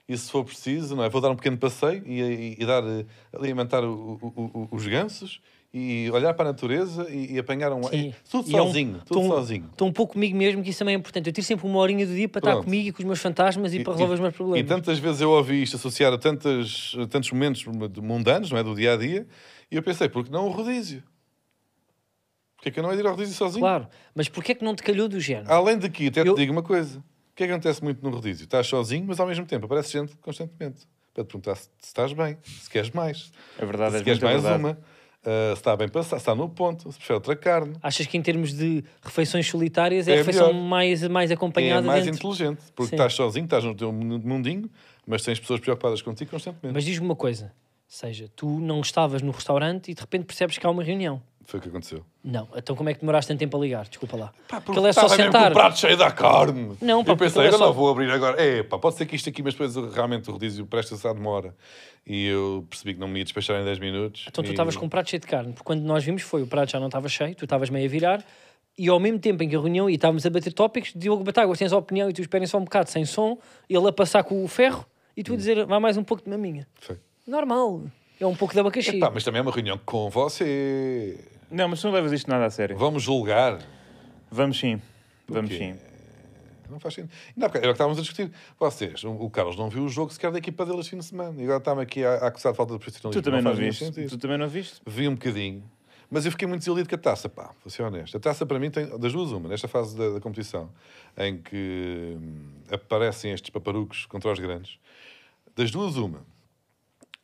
[SPEAKER 3] E se for preciso, não é? Vou dar um pequeno passeio e, e- e dar, eh, alimentar o- o- o- os gansos e olhar para a natureza e, e apanhar um.
[SPEAKER 2] Sim.
[SPEAKER 3] Tudo
[SPEAKER 2] E é um-
[SPEAKER 3] sozinho,
[SPEAKER 2] tô
[SPEAKER 3] tudo
[SPEAKER 2] um-
[SPEAKER 3] sozinho.
[SPEAKER 2] Estou um pouco comigo mesmo, que isso também é importante. Eu tiro sempre uma horinha do dia para estar
[SPEAKER 3] Pronto.
[SPEAKER 2] comigo e com os meus fantasmas e, para resolver os meus problemas.
[SPEAKER 3] E tantas vezes eu ouvi isto associado a tantas, a tantos momentos mundanos, não é? Do dia a dia, e eu pensei, por que não o rodízio? Porquê que eu não ia ir ao rodízio sozinho?
[SPEAKER 2] Claro, mas porquê é que não te calhou do género?
[SPEAKER 3] Além de que, até
[SPEAKER 2] Eu-
[SPEAKER 3] te digo uma coisa: que é que acontece muito no rodízio? Estás sozinho, mas ao mesmo tempo aparece gente constantemente para te perguntar se, se estás bem, se queres mais,
[SPEAKER 1] É verdade,
[SPEAKER 3] se
[SPEAKER 1] é
[SPEAKER 3] queres
[SPEAKER 1] muito
[SPEAKER 3] mais
[SPEAKER 1] verdade.
[SPEAKER 3] uma, ah, se está bem passado, se está no ponto, se prefere outra carne.
[SPEAKER 2] Achas que em termos de refeições solitárias é,
[SPEAKER 3] É
[SPEAKER 2] a refeição
[SPEAKER 3] melhor.
[SPEAKER 2] mais, mais
[SPEAKER 3] É
[SPEAKER 2] acompanhada
[SPEAKER 3] mais
[SPEAKER 2] dentro?
[SPEAKER 3] inteligente, porque
[SPEAKER 2] Sim.
[SPEAKER 3] estás sozinho, estás no teu mundinho, mas tens pessoas preocupadas contigo constantemente.
[SPEAKER 2] Mas diz-me uma coisa. Seja, tu não estavas no restaurante e de repente percebes que há uma reunião.
[SPEAKER 3] Foi o que aconteceu.
[SPEAKER 2] Não. Então como é que demoraste tanto tempo a ligar? Desculpa lá.
[SPEAKER 3] Porque
[SPEAKER 2] Porque ele é só
[SPEAKER 3] estava mesmo com
[SPEAKER 2] sentar.
[SPEAKER 3] o prato cheio da carne.
[SPEAKER 2] Não, pá,
[SPEAKER 3] eu
[SPEAKER 2] porque
[SPEAKER 3] pensei,
[SPEAKER 2] ele é
[SPEAKER 3] eu não
[SPEAKER 2] só-
[SPEAKER 3] vou abrir agora. É, pá, pode ser que isto aqui, mas depois realmente o rodízio presta-se à demora. E eu percebi que não me ia despachar em 10 minutos.
[SPEAKER 2] Então tu
[SPEAKER 3] e-
[SPEAKER 2] estavas com um prato cheio de carne, porque quando nós vimos foi o prato já não estava cheio, tu estavas meio a virar, e ao mesmo tempo em que a reunião e estávamos a bater tópicos, Diogo Batáguas tens a opinião e tu esperem só um bocado sem som, ele a passar com o ferro e
[SPEAKER 3] Hum.
[SPEAKER 2] tu a dizer vai mais um pouco de maminha.
[SPEAKER 3] Foi.
[SPEAKER 2] Normal, é um pouco de abacaxi.
[SPEAKER 3] Epá, mas também é uma reunião com você.
[SPEAKER 1] Não, mas tu não levas isto nada a sério.
[SPEAKER 3] Vamos julgar.
[SPEAKER 1] Vamos sim. Vamos sim.
[SPEAKER 3] Não faz sentido. Ainda há bocado, era o que estávamos a discutir. Vocês, o o Carlos não viu o jogo sequer da equipa dele este fim de semana. E agora está-me aqui a, a acusar de falta de profissionalismo.
[SPEAKER 1] Tu também não,
[SPEAKER 3] faz nenhum
[SPEAKER 1] viste.
[SPEAKER 3] sentido.
[SPEAKER 1] Tu também não viste.
[SPEAKER 3] Vi um bocadinho. Mas eu fiquei muito desiludido com a taça, pá, vou ser honesto. A taça para mim tem das duas uma, nesta fase da, da competição, em que hum, aparecem estes paparucos contra os grandes. Das duas uma,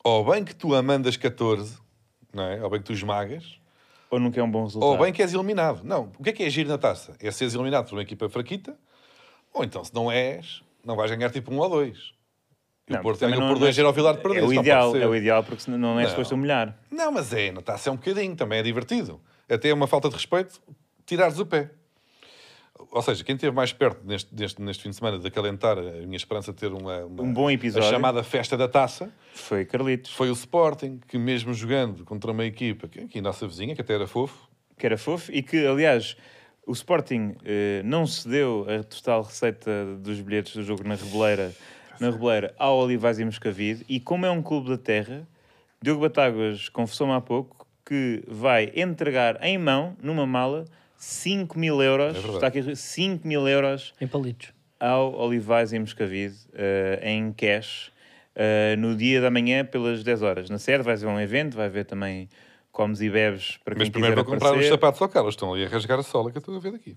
[SPEAKER 3] ou bem que tu amandas 14, não é? ou bem que tu esmagas,
[SPEAKER 1] Ou nunca é um bom resultado.
[SPEAKER 3] ou Oh, bem que és eliminado. Não, o que é que é agir na taça? É seres eliminado por uma equipa fraquita, ou então se não és, não vais ganhar tipo um ou dois. E
[SPEAKER 1] Não,
[SPEAKER 3] o Porto
[SPEAKER 1] também
[SPEAKER 3] ganhou
[SPEAKER 1] não-
[SPEAKER 3] por dois, era o Vilar de perder.
[SPEAKER 1] É o
[SPEAKER 3] isso não pode
[SPEAKER 1] ideal,
[SPEAKER 3] ser.
[SPEAKER 1] é o ideal, porque senão não é
[SPEAKER 3] Não.
[SPEAKER 1] suposto humilhar.
[SPEAKER 3] Não, mas é, na taça é um bocadinho, também é divertido. Até é uma falta de respeito tirares o pé. Ou seja, quem esteve mais perto neste, neste, neste fim de semana de acalentar a minha esperança de ter uma, uma-
[SPEAKER 1] Um bom episódio.
[SPEAKER 3] a chamada festa da taça
[SPEAKER 1] Foi Carlitos,
[SPEAKER 3] foi o Sporting, que mesmo jogando contra uma equipa, que aqui a nossa vizinha, que até era fofo,
[SPEAKER 1] que era fofo e que, aliás, o Sporting eh, não cedeu a total receita dos bilhetes do jogo na Reboleira, na Reboleira ao Olivais e Moscavide. E como é um clube da terra, Diogo Batáguas confessou-me há pouco que vai entregar em mão, numa mala, 5 mil euros.
[SPEAKER 3] É verdade.
[SPEAKER 1] está aqui 5 mil euros
[SPEAKER 2] Em palitos.
[SPEAKER 1] ao Olivais e Moscavide eh, em cash eh, no dia da manhã pelas 10 horas. Na sede vai haver um evento, vai haver também comes e bebes para quem
[SPEAKER 3] mas primeiro
[SPEAKER 1] quiser
[SPEAKER 3] vou comprar os
[SPEAKER 1] aparecer.
[SPEAKER 3] sapatos ao Carlos, estão ali a rasgar a sola que eu estou a ver aqui.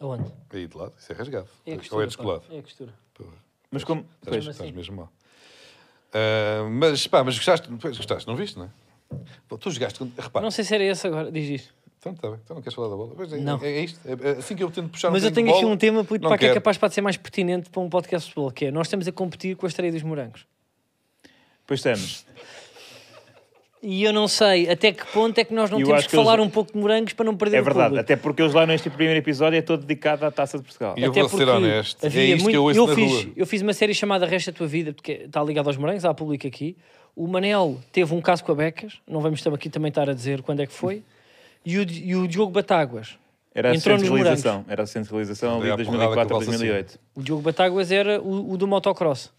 [SPEAKER 2] Aonde?
[SPEAKER 3] Aí de lado, isso é rasgado.
[SPEAKER 2] É a
[SPEAKER 3] Ou
[SPEAKER 2] costura.
[SPEAKER 3] é descolado.
[SPEAKER 2] pá, É a costura.
[SPEAKER 3] Porra.
[SPEAKER 1] Mas como...
[SPEAKER 3] Estás,
[SPEAKER 1] pois,
[SPEAKER 2] Mesmo
[SPEAKER 3] estás
[SPEAKER 2] assim.
[SPEAKER 3] mesmo mal. Ah, mas, pá, mas gostaste, pois, gostaste, não viste, não é? Pô, tu jogaste, com- repara,
[SPEAKER 2] Não sei se era esse agora, diz isto.
[SPEAKER 3] Então, tá bem. então não queres falar da bola? Pois é,
[SPEAKER 2] Não.
[SPEAKER 3] É, é isto. É- é assim que eu tento puxar um
[SPEAKER 2] Mas eu
[SPEAKER 3] bocadinho
[SPEAKER 2] tenho aqui
[SPEAKER 3] de bola,
[SPEAKER 2] um tema puto,
[SPEAKER 3] não
[SPEAKER 2] para que é
[SPEAKER 3] quero.
[SPEAKER 2] capaz para de ser mais pertinente para um podcast de futebol, que é nós estamos a competir com a estreia dos morangos.
[SPEAKER 1] pois estamos.
[SPEAKER 2] E eu não sei até que ponto é que nós não
[SPEAKER 1] Eu
[SPEAKER 2] temos
[SPEAKER 1] acho que
[SPEAKER 2] que, falar
[SPEAKER 1] eles-
[SPEAKER 2] um pouco de morangos para não perder
[SPEAKER 1] É
[SPEAKER 2] o
[SPEAKER 1] verdade,
[SPEAKER 2] público.
[SPEAKER 1] até porque eles lá neste primeiro episódio é todo dedicado à Taça de Portugal.
[SPEAKER 3] E- Eu
[SPEAKER 2] Até
[SPEAKER 3] vou ser
[SPEAKER 2] porque
[SPEAKER 3] honesto, é
[SPEAKER 2] havia
[SPEAKER 3] isto que eu ouço na
[SPEAKER 2] fiz,
[SPEAKER 3] rua.
[SPEAKER 2] eu fiz uma série chamada Resta a Tua Vida, porque está ligado aos morangos, há público aqui. O Manel teve um caso com a Becas, não vamos tam- aqui também estar a dizer quando é que foi. E o, Di- e o Diogo Batáguas.
[SPEAKER 1] Era a
[SPEAKER 2] Entrou nos
[SPEAKER 1] centralização. Era a centralização ali
[SPEAKER 3] Andei
[SPEAKER 1] de
[SPEAKER 3] à é porrada
[SPEAKER 1] 2004
[SPEAKER 3] com assim.
[SPEAKER 1] a
[SPEAKER 3] o
[SPEAKER 1] 2008.
[SPEAKER 3] Valsacino.
[SPEAKER 2] O Diogo Batáguas era o, o do motocross.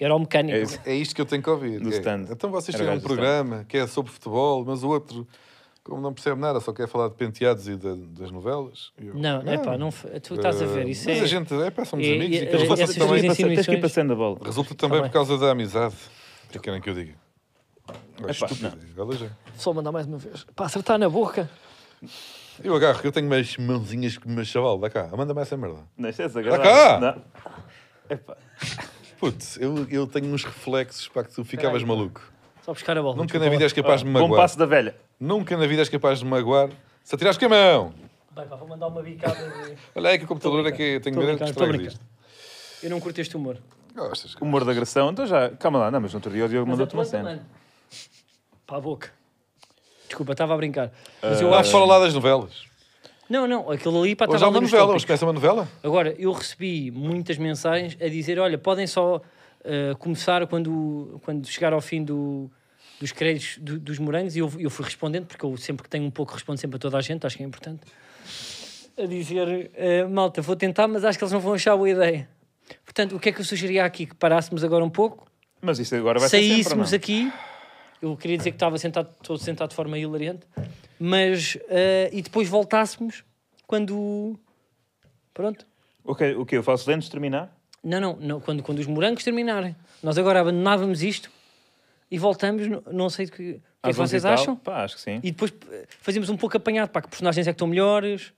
[SPEAKER 2] Era o
[SPEAKER 1] É
[SPEAKER 2] mecânico.
[SPEAKER 1] isso.
[SPEAKER 3] É isto que eu tenho que ouvir.
[SPEAKER 1] Do
[SPEAKER 3] que é,
[SPEAKER 1] stand.
[SPEAKER 3] Então vocês
[SPEAKER 1] Era
[SPEAKER 3] têm um
[SPEAKER 1] gajo do stand.
[SPEAKER 3] programa que é sobre futebol, mas o outro, como não percebe nada, só quer falar de penteados e da- das novelas. E eu,
[SPEAKER 2] Não, é pá, não, f- tu estás a ver,
[SPEAKER 3] eh,
[SPEAKER 2] isso
[SPEAKER 3] mas
[SPEAKER 2] é...
[SPEAKER 3] a gente, é pá, somos
[SPEAKER 2] é-
[SPEAKER 3] amigos.
[SPEAKER 2] é-
[SPEAKER 3] e
[SPEAKER 2] é-
[SPEAKER 3] resulta
[SPEAKER 2] essas
[SPEAKER 1] Tens
[SPEAKER 3] também,
[SPEAKER 1] que ir passando-
[SPEAKER 2] duas
[SPEAKER 1] Tens que ir
[SPEAKER 2] insinuações.
[SPEAKER 1] passando a bola.
[SPEAKER 3] resulta também
[SPEAKER 2] Tá
[SPEAKER 3] por
[SPEAKER 2] bem.
[SPEAKER 3] causa da amizade. O que querem que eu diga? É estúpido. olha já.
[SPEAKER 2] Só mandar mais uma vez. Para acertar na boca.
[SPEAKER 3] Eu agarro, que eu tenho umas mãozinhas com o meu chaval. Dá cá, manda-me essa merda.
[SPEAKER 1] Não, isto é
[SPEAKER 3] Dá cá!
[SPEAKER 1] desagradável. Não. Epá.
[SPEAKER 3] Putz, eu, eu tenho uns reflexos para que tu ficavas maluco.
[SPEAKER 2] Só buscar a bola.
[SPEAKER 3] Nunca
[SPEAKER 2] desculpa
[SPEAKER 3] na
[SPEAKER 2] lá.
[SPEAKER 3] vida és capaz de me
[SPEAKER 1] Bom
[SPEAKER 3] magoar.
[SPEAKER 1] passo da velha.
[SPEAKER 3] Nunca na vida és capaz de me magoar se atirares com a mão.
[SPEAKER 2] Vai, pá, vou mandar uma bicada. de-
[SPEAKER 3] Olha aí que o computador é que eu tenho
[SPEAKER 2] Tô
[SPEAKER 3] grande
[SPEAKER 2] brincando, tô
[SPEAKER 3] estrago
[SPEAKER 2] brincando.
[SPEAKER 3] disto.
[SPEAKER 2] Eu não curto este humor.
[SPEAKER 3] Gostas? cara?
[SPEAKER 1] Humor de agressão. Então já... Calma lá. Não, mas no outro dia o Diogo
[SPEAKER 2] Mas é
[SPEAKER 1] mandou-te uma
[SPEAKER 2] Atlanta,
[SPEAKER 1] cena.
[SPEAKER 2] mano. Para a boca. Desculpa, estava a brincar. Mas eu
[SPEAKER 3] Eu acho
[SPEAKER 2] acho.
[SPEAKER 3] fora Eh, lá das novelas.
[SPEAKER 2] Ah, Não, não, aquilo ali pá,
[SPEAKER 3] Hoje há
[SPEAKER 2] estava
[SPEAKER 3] uma
[SPEAKER 2] ali nos
[SPEAKER 3] novela, hoje
[SPEAKER 2] tópicos.
[SPEAKER 3] começa uma novela.
[SPEAKER 2] Agora, eu recebi muitas mensagens a dizer: olha, podem só ah, começar quando, quando chegar ao fim do- dos créditos do- dos morangos. E eu, eu fui respondendo, porque eu sempre que tenho um pouco respondo sempre a toda a gente, acho que é importante. A dizer: ah, malta, vou tentar, mas acho que eles não vão achar boa ideia. Portanto, o que é que eu sugeria aqui? Que parássemos agora um pouco,
[SPEAKER 1] Mas isto agora vai ser sempre, ou não? é?
[SPEAKER 2] saíssemos aqui. Eu queria dizer que estava sentado, estou sentado de forma hilariante, mas eh, e depois voltássemos quando pronto.
[SPEAKER 1] O que, o que eu faço lentes terminar?
[SPEAKER 2] Não, não, não, quando, quando os morangos terminarem. Nós agora abandonávamos isto e voltamos, no- não sei de que, o que é que
[SPEAKER 1] Às onze Ah, e
[SPEAKER 2] vocês
[SPEAKER 1] tal?
[SPEAKER 2] acham.
[SPEAKER 1] Pá, acho que sim.
[SPEAKER 2] E depois eh, fazíamos um pouco apanhado, pá, que personagens é que estão melhores.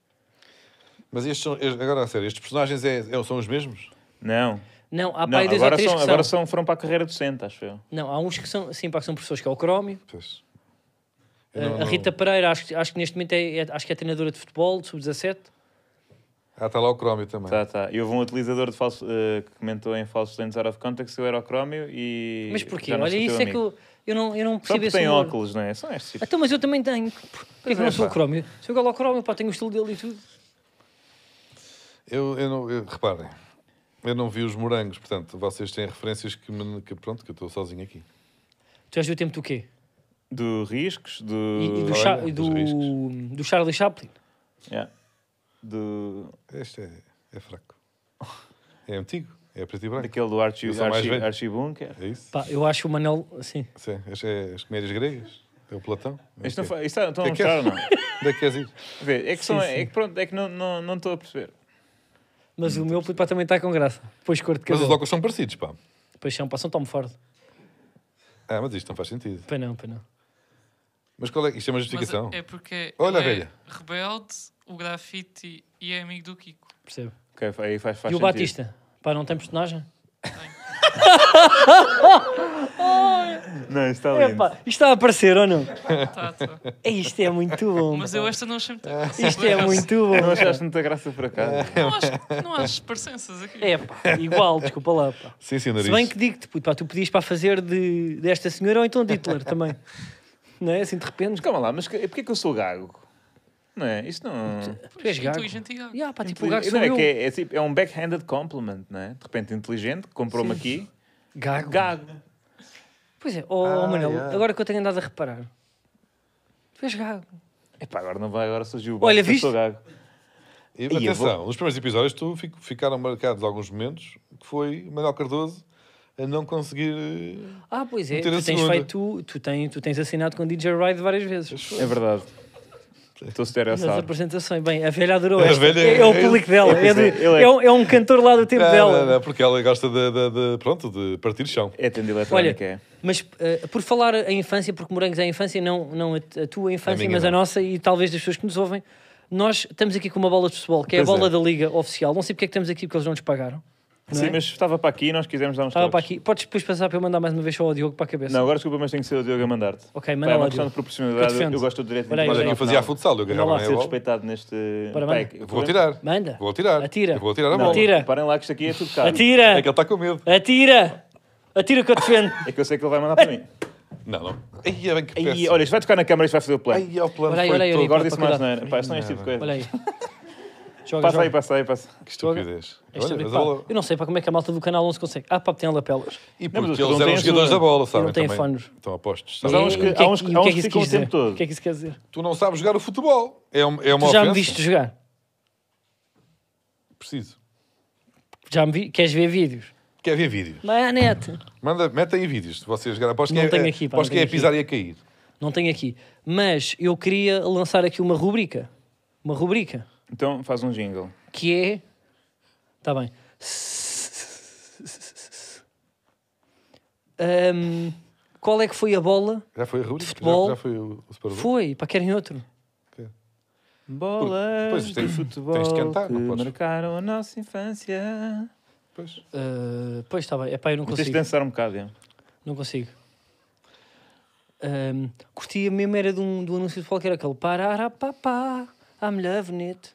[SPEAKER 3] Mas estes são, estes- agora a sério, estes personagens é- é- são os mesmos?
[SPEAKER 1] Não.
[SPEAKER 2] Não, há
[SPEAKER 1] Não,
[SPEAKER 2] pá, aí dois ou
[SPEAKER 1] agora,
[SPEAKER 2] três
[SPEAKER 1] são,
[SPEAKER 2] que
[SPEAKER 1] agora
[SPEAKER 2] são.
[SPEAKER 1] são, foram para a carreira docente, acho eu.
[SPEAKER 2] Não, há uns que são, sim, pá, que são professores, que é o Crómio.
[SPEAKER 3] Pois.
[SPEAKER 2] a-
[SPEAKER 3] Eu não-
[SPEAKER 2] a
[SPEAKER 3] não-
[SPEAKER 2] Rita Pereira, acho, que- acho que neste momento é, é- acho que é treinadora de futebol, de sub-17.
[SPEAKER 3] Ah, está lá o Crómio também.
[SPEAKER 1] Tá, tá. E houve um utilizador de falso, eh, que comentou em falsos lentes out of context, eu era o Crómio e.
[SPEAKER 2] Mas porquê?
[SPEAKER 1] já não
[SPEAKER 2] Olha,
[SPEAKER 1] sou teu
[SPEAKER 2] isso é que
[SPEAKER 1] amigo.
[SPEAKER 2] eu, eu, não, eu não
[SPEAKER 1] Só
[SPEAKER 2] percebo
[SPEAKER 1] porque
[SPEAKER 2] esse
[SPEAKER 1] tem
[SPEAKER 2] humor.
[SPEAKER 1] óculos, não é? São estes tipos.
[SPEAKER 2] Então, mas eu também tenho. Porquê que eu
[SPEAKER 3] é,
[SPEAKER 2] não sou o
[SPEAKER 3] pá.
[SPEAKER 2] Crómio? Sou igual ao Crómio, pá, tenho o estilo dele e tudo.
[SPEAKER 3] Eu, eu não, eu- reparem, eu não vi os morangos, portanto, vocês têm referências que, me, que pronto, que eu estou sozinho aqui.
[SPEAKER 2] Tu és do tempo do quê?
[SPEAKER 1] Do riscos, do.
[SPEAKER 2] E, e do,
[SPEAKER 3] Olha,
[SPEAKER 2] Cha-
[SPEAKER 3] dos
[SPEAKER 2] e do,
[SPEAKER 3] riscos.
[SPEAKER 2] do Charlie Chaplin?
[SPEAKER 1] Yeah. Do.
[SPEAKER 3] Este é, é fraco. É antigo, é preto e branco.
[SPEAKER 1] Daquele do Archie,
[SPEAKER 3] Eu sou mais
[SPEAKER 1] Archie,
[SPEAKER 3] velho.
[SPEAKER 1] Archie Bunker.
[SPEAKER 3] É isso?
[SPEAKER 2] Pá, eu acho o Manel assim.
[SPEAKER 3] Sim, este é as comédias gregas. É o Platão. É
[SPEAKER 1] Isto não
[SPEAKER 3] o quê?
[SPEAKER 1] fa- isto está- estão a
[SPEAKER 3] É que
[SPEAKER 1] mostrar
[SPEAKER 3] é-
[SPEAKER 1] ou não?
[SPEAKER 3] Onde é que queres ir?
[SPEAKER 1] Vê, é que, são,
[SPEAKER 2] Sim,
[SPEAKER 1] é que pronto, é que não não não estou a perceber.
[SPEAKER 2] Mas o meu puto, pá, também está com graça. Depois cor de
[SPEAKER 3] Mas os
[SPEAKER 2] cabelo.
[SPEAKER 3] óculos são parecidos, pá.
[SPEAKER 2] Depois são, pá, são Tom Ford.
[SPEAKER 3] Ah, mas isto não faz sentido.
[SPEAKER 2] Pá, não, pá, não.
[SPEAKER 3] Mas qual é? Isto é uma
[SPEAKER 4] Mas
[SPEAKER 3] justificação.
[SPEAKER 4] é porque
[SPEAKER 3] Olha,
[SPEAKER 4] ele
[SPEAKER 3] velha.
[SPEAKER 4] é rebelde, o grafite e é amigo do Kiko.
[SPEAKER 2] Percebo.
[SPEAKER 1] Ok, fa- aí faz, faz
[SPEAKER 2] e o
[SPEAKER 1] sentido.
[SPEAKER 2] Batista? Pá, não tem personagem?
[SPEAKER 1] Não, isto está
[SPEAKER 2] É,
[SPEAKER 1] lindo.
[SPEAKER 2] pá, isto está a aparecer ou não?
[SPEAKER 4] Tá, tá.
[SPEAKER 2] É, Isto é muito bom.
[SPEAKER 4] Mas
[SPEAKER 2] pá.
[SPEAKER 4] eu esta não achei muito.
[SPEAKER 2] Isto é muito bom.
[SPEAKER 1] Não achaste muita graça por acaso?
[SPEAKER 4] Não acho, não acho parecenças aqui.
[SPEAKER 2] É, pá, igual, desculpa lá, pá.
[SPEAKER 3] Sim, sim, nariz.
[SPEAKER 2] Se bem que digo-te, puto, pá, tu pedias para fazer de, desta senhora ou então de Hitler também. Não é? Assim, de repente.
[SPEAKER 1] Mas calma lá, mas que- porquê que eu sou gago? Não é? Isto não.
[SPEAKER 2] Tu és gago.
[SPEAKER 4] Inteligente é e gago.
[SPEAKER 2] Yeah, pá, tipo, o
[SPEAKER 1] Intelig-
[SPEAKER 2] gago sou
[SPEAKER 1] não, é,
[SPEAKER 2] eu.
[SPEAKER 1] que é, é tipo- é um backhanded compliment, não é? De repente inteligente, comprou-me aqui.
[SPEAKER 2] Gago.
[SPEAKER 1] Gago.
[SPEAKER 2] Pois é, oh,
[SPEAKER 3] Ah,
[SPEAKER 2] Manel,
[SPEAKER 3] yeah.
[SPEAKER 2] agora que eu tenho andado a reparar. Tu és gago.
[SPEAKER 1] Epá, agora não vai, agora surgiu o
[SPEAKER 2] Olha,
[SPEAKER 1] Batista, eu
[SPEAKER 2] viste?
[SPEAKER 1] sou gago.
[SPEAKER 3] E,
[SPEAKER 1] Aí eu
[SPEAKER 3] atenção, nos primeiros episódios tu, fic- ficaram marcados alguns momentos que foi Manuel Cardoso a não conseguir. eh,
[SPEAKER 2] Ah, pois é,
[SPEAKER 3] Meter a
[SPEAKER 2] tu tens
[SPEAKER 3] segunda.
[SPEAKER 2] feito, tu, tu, tens, tu tens assinado com DJ Ride várias vezes.
[SPEAKER 1] É verdade. Estou
[SPEAKER 2] Nas
[SPEAKER 1] estereoçado.
[SPEAKER 2] apresentações. Bem, a velha adorou
[SPEAKER 3] A
[SPEAKER 2] esta.
[SPEAKER 3] velha-
[SPEAKER 2] é, é o
[SPEAKER 3] é-
[SPEAKER 2] público dela. É,
[SPEAKER 1] Pois
[SPEAKER 2] do-
[SPEAKER 1] é, ele é-
[SPEAKER 2] é um, é um cantor lá do tempo
[SPEAKER 3] Não,
[SPEAKER 2] dela.
[SPEAKER 3] Ah, não, não, porque ela gosta de, de- de- pronto, de partir chão.
[SPEAKER 1] É tendo
[SPEAKER 2] Olha,
[SPEAKER 1] eletrónica, é.
[SPEAKER 2] mas eh, por falar a infância, porque morangos é a infância, não, não a, a tua infância,
[SPEAKER 3] minha
[SPEAKER 2] mas a
[SPEAKER 3] não.
[SPEAKER 2] nossa e talvez das pessoas que nos ouvem, nós estamos aqui com uma bola de futebol, que é a
[SPEAKER 3] Pois é.
[SPEAKER 2] bola da Liga Oficial. Não sei porque é que estamos aqui, porque eles não nos pagaram. não
[SPEAKER 1] Sim,
[SPEAKER 2] é?
[SPEAKER 1] mas estava para aqui e nós quisemos dar uns
[SPEAKER 2] Estava para
[SPEAKER 1] toques.
[SPEAKER 2] aqui. Podes depois passar para eu mandar mais uma vez só ao Diogo para a cabeça.
[SPEAKER 1] Não, agora desculpa, mas tenho que ser o Diogo a mandar-te.
[SPEAKER 2] Ok,
[SPEAKER 1] Pá,
[SPEAKER 2] manda
[SPEAKER 1] é
[SPEAKER 2] lá,
[SPEAKER 1] uma questão de
[SPEAKER 2] Diogo.
[SPEAKER 1] proporcionalidade.
[SPEAKER 2] Que eu
[SPEAKER 1] Eu,
[SPEAKER 2] defendo.
[SPEAKER 1] gosto do direito de
[SPEAKER 2] Olha aí,
[SPEAKER 3] Olha,
[SPEAKER 2] olha
[SPEAKER 1] intervenção
[SPEAKER 3] eu
[SPEAKER 2] aí.
[SPEAKER 1] ao
[SPEAKER 3] fazia a
[SPEAKER 1] final.
[SPEAKER 3] futsal, eu
[SPEAKER 1] Não
[SPEAKER 3] agarrava
[SPEAKER 1] pode
[SPEAKER 3] na
[SPEAKER 1] ser
[SPEAKER 3] bola.
[SPEAKER 1] respeitado neste.
[SPEAKER 2] Ora,
[SPEAKER 1] Pá,
[SPEAKER 2] manda.
[SPEAKER 1] é que-
[SPEAKER 3] Vou tirar. tá
[SPEAKER 2] Manda.
[SPEAKER 3] Vou tirar.
[SPEAKER 2] Atira.
[SPEAKER 3] Eu vou tirar a
[SPEAKER 1] Não,
[SPEAKER 3] bola.
[SPEAKER 2] Atira.
[SPEAKER 1] Parem lá que isto aqui é tudo caro.
[SPEAKER 2] Atira!
[SPEAKER 3] É que ele está com medo.
[SPEAKER 2] Atira! Atira que eu defendo.
[SPEAKER 1] É que eu sei que ele vai mandar para mim.
[SPEAKER 3] Não, não. Aí é bem que
[SPEAKER 1] Aí,
[SPEAKER 3] péssimo.
[SPEAKER 1] olha, isto vai tocar na câmara e isto vai fazer o plano.
[SPEAKER 3] Aí é o plano.
[SPEAKER 2] Olha aí,
[SPEAKER 3] foi
[SPEAKER 2] olha aí,
[SPEAKER 3] todo.
[SPEAKER 2] olha aí.
[SPEAKER 1] Agora disse mais
[SPEAKER 2] cuidado.
[SPEAKER 1] não Pá, isto não é este tipo de coisa.
[SPEAKER 2] Olha aí. Joga,
[SPEAKER 1] Passa aí,
[SPEAKER 2] joga.
[SPEAKER 1] passa aí, passa.
[SPEAKER 3] Que estupidez.
[SPEAKER 2] Esta
[SPEAKER 3] Olha,
[SPEAKER 2] vez,
[SPEAKER 3] mas
[SPEAKER 2] pá,
[SPEAKER 3] ela-
[SPEAKER 2] eu não sei para como é que a malta do canal 11 consegue. Ah, pá, tem lapelas.
[SPEAKER 3] E
[SPEAKER 1] Não, mas
[SPEAKER 3] porque
[SPEAKER 1] eles não
[SPEAKER 3] eles
[SPEAKER 1] têm
[SPEAKER 3] eram os jogadores
[SPEAKER 1] ajuda.
[SPEAKER 3] da bola, sabem?
[SPEAKER 2] não têm
[SPEAKER 3] também.
[SPEAKER 2] fones.
[SPEAKER 3] Estão apostos.
[SPEAKER 1] Mas
[SPEAKER 3] sabem?
[SPEAKER 1] há uns
[SPEAKER 2] E
[SPEAKER 1] que-
[SPEAKER 2] o é-
[SPEAKER 1] há uns que-
[SPEAKER 2] e o
[SPEAKER 1] há
[SPEAKER 2] que é
[SPEAKER 1] uns que
[SPEAKER 2] isso
[SPEAKER 1] ficam o
[SPEAKER 2] quis dizer?
[SPEAKER 1] tempo todo.
[SPEAKER 2] O que é que isso quer dizer?
[SPEAKER 3] Tu não sabes jogar o futebol. É uma, é uma
[SPEAKER 2] Tu já me
[SPEAKER 3] ofensa.
[SPEAKER 2] viste jogar?
[SPEAKER 3] Preciso.
[SPEAKER 2] Já me vi? Queres ver vídeos?
[SPEAKER 3] Quer ver vídeo?
[SPEAKER 2] Vai à net.
[SPEAKER 3] Manda, mete aí vídeos de vocês jogar. Aposto que
[SPEAKER 2] Não
[SPEAKER 3] é,
[SPEAKER 2] tenho aqui, pá,
[SPEAKER 3] aposto
[SPEAKER 2] não
[SPEAKER 3] que é
[SPEAKER 2] tenho
[SPEAKER 3] pisar e a cair.
[SPEAKER 2] Não tenho aqui. Mas eu queria lançar aqui uma rubrica. Uma rubrica.
[SPEAKER 1] Então faz um jingle.
[SPEAKER 2] Que é. Está bem. Ahm, qual é que foi a bola?
[SPEAKER 3] Já foi a rubrica? Já-
[SPEAKER 2] futebol.
[SPEAKER 3] Já, foi o, o Super Bowl?
[SPEAKER 2] Foi, para querem outro.
[SPEAKER 1] Bolas
[SPEAKER 3] Pois,
[SPEAKER 1] de
[SPEAKER 3] tens-
[SPEAKER 1] futebol
[SPEAKER 3] tens de cantar,
[SPEAKER 1] que
[SPEAKER 3] não podes.
[SPEAKER 1] marcaram a nossa infância.
[SPEAKER 3] Pois.
[SPEAKER 1] Eh,
[SPEAKER 2] Ah, pois está bem. É pá, eu não
[SPEAKER 1] Mas Tens de
[SPEAKER 2] consigo.
[SPEAKER 1] dançar um bocado, é?
[SPEAKER 2] Não consigo. Ahm, curtia mesmo, era de um, do anúncio de futebol que era aquele. Pararapapá, I'm loving it.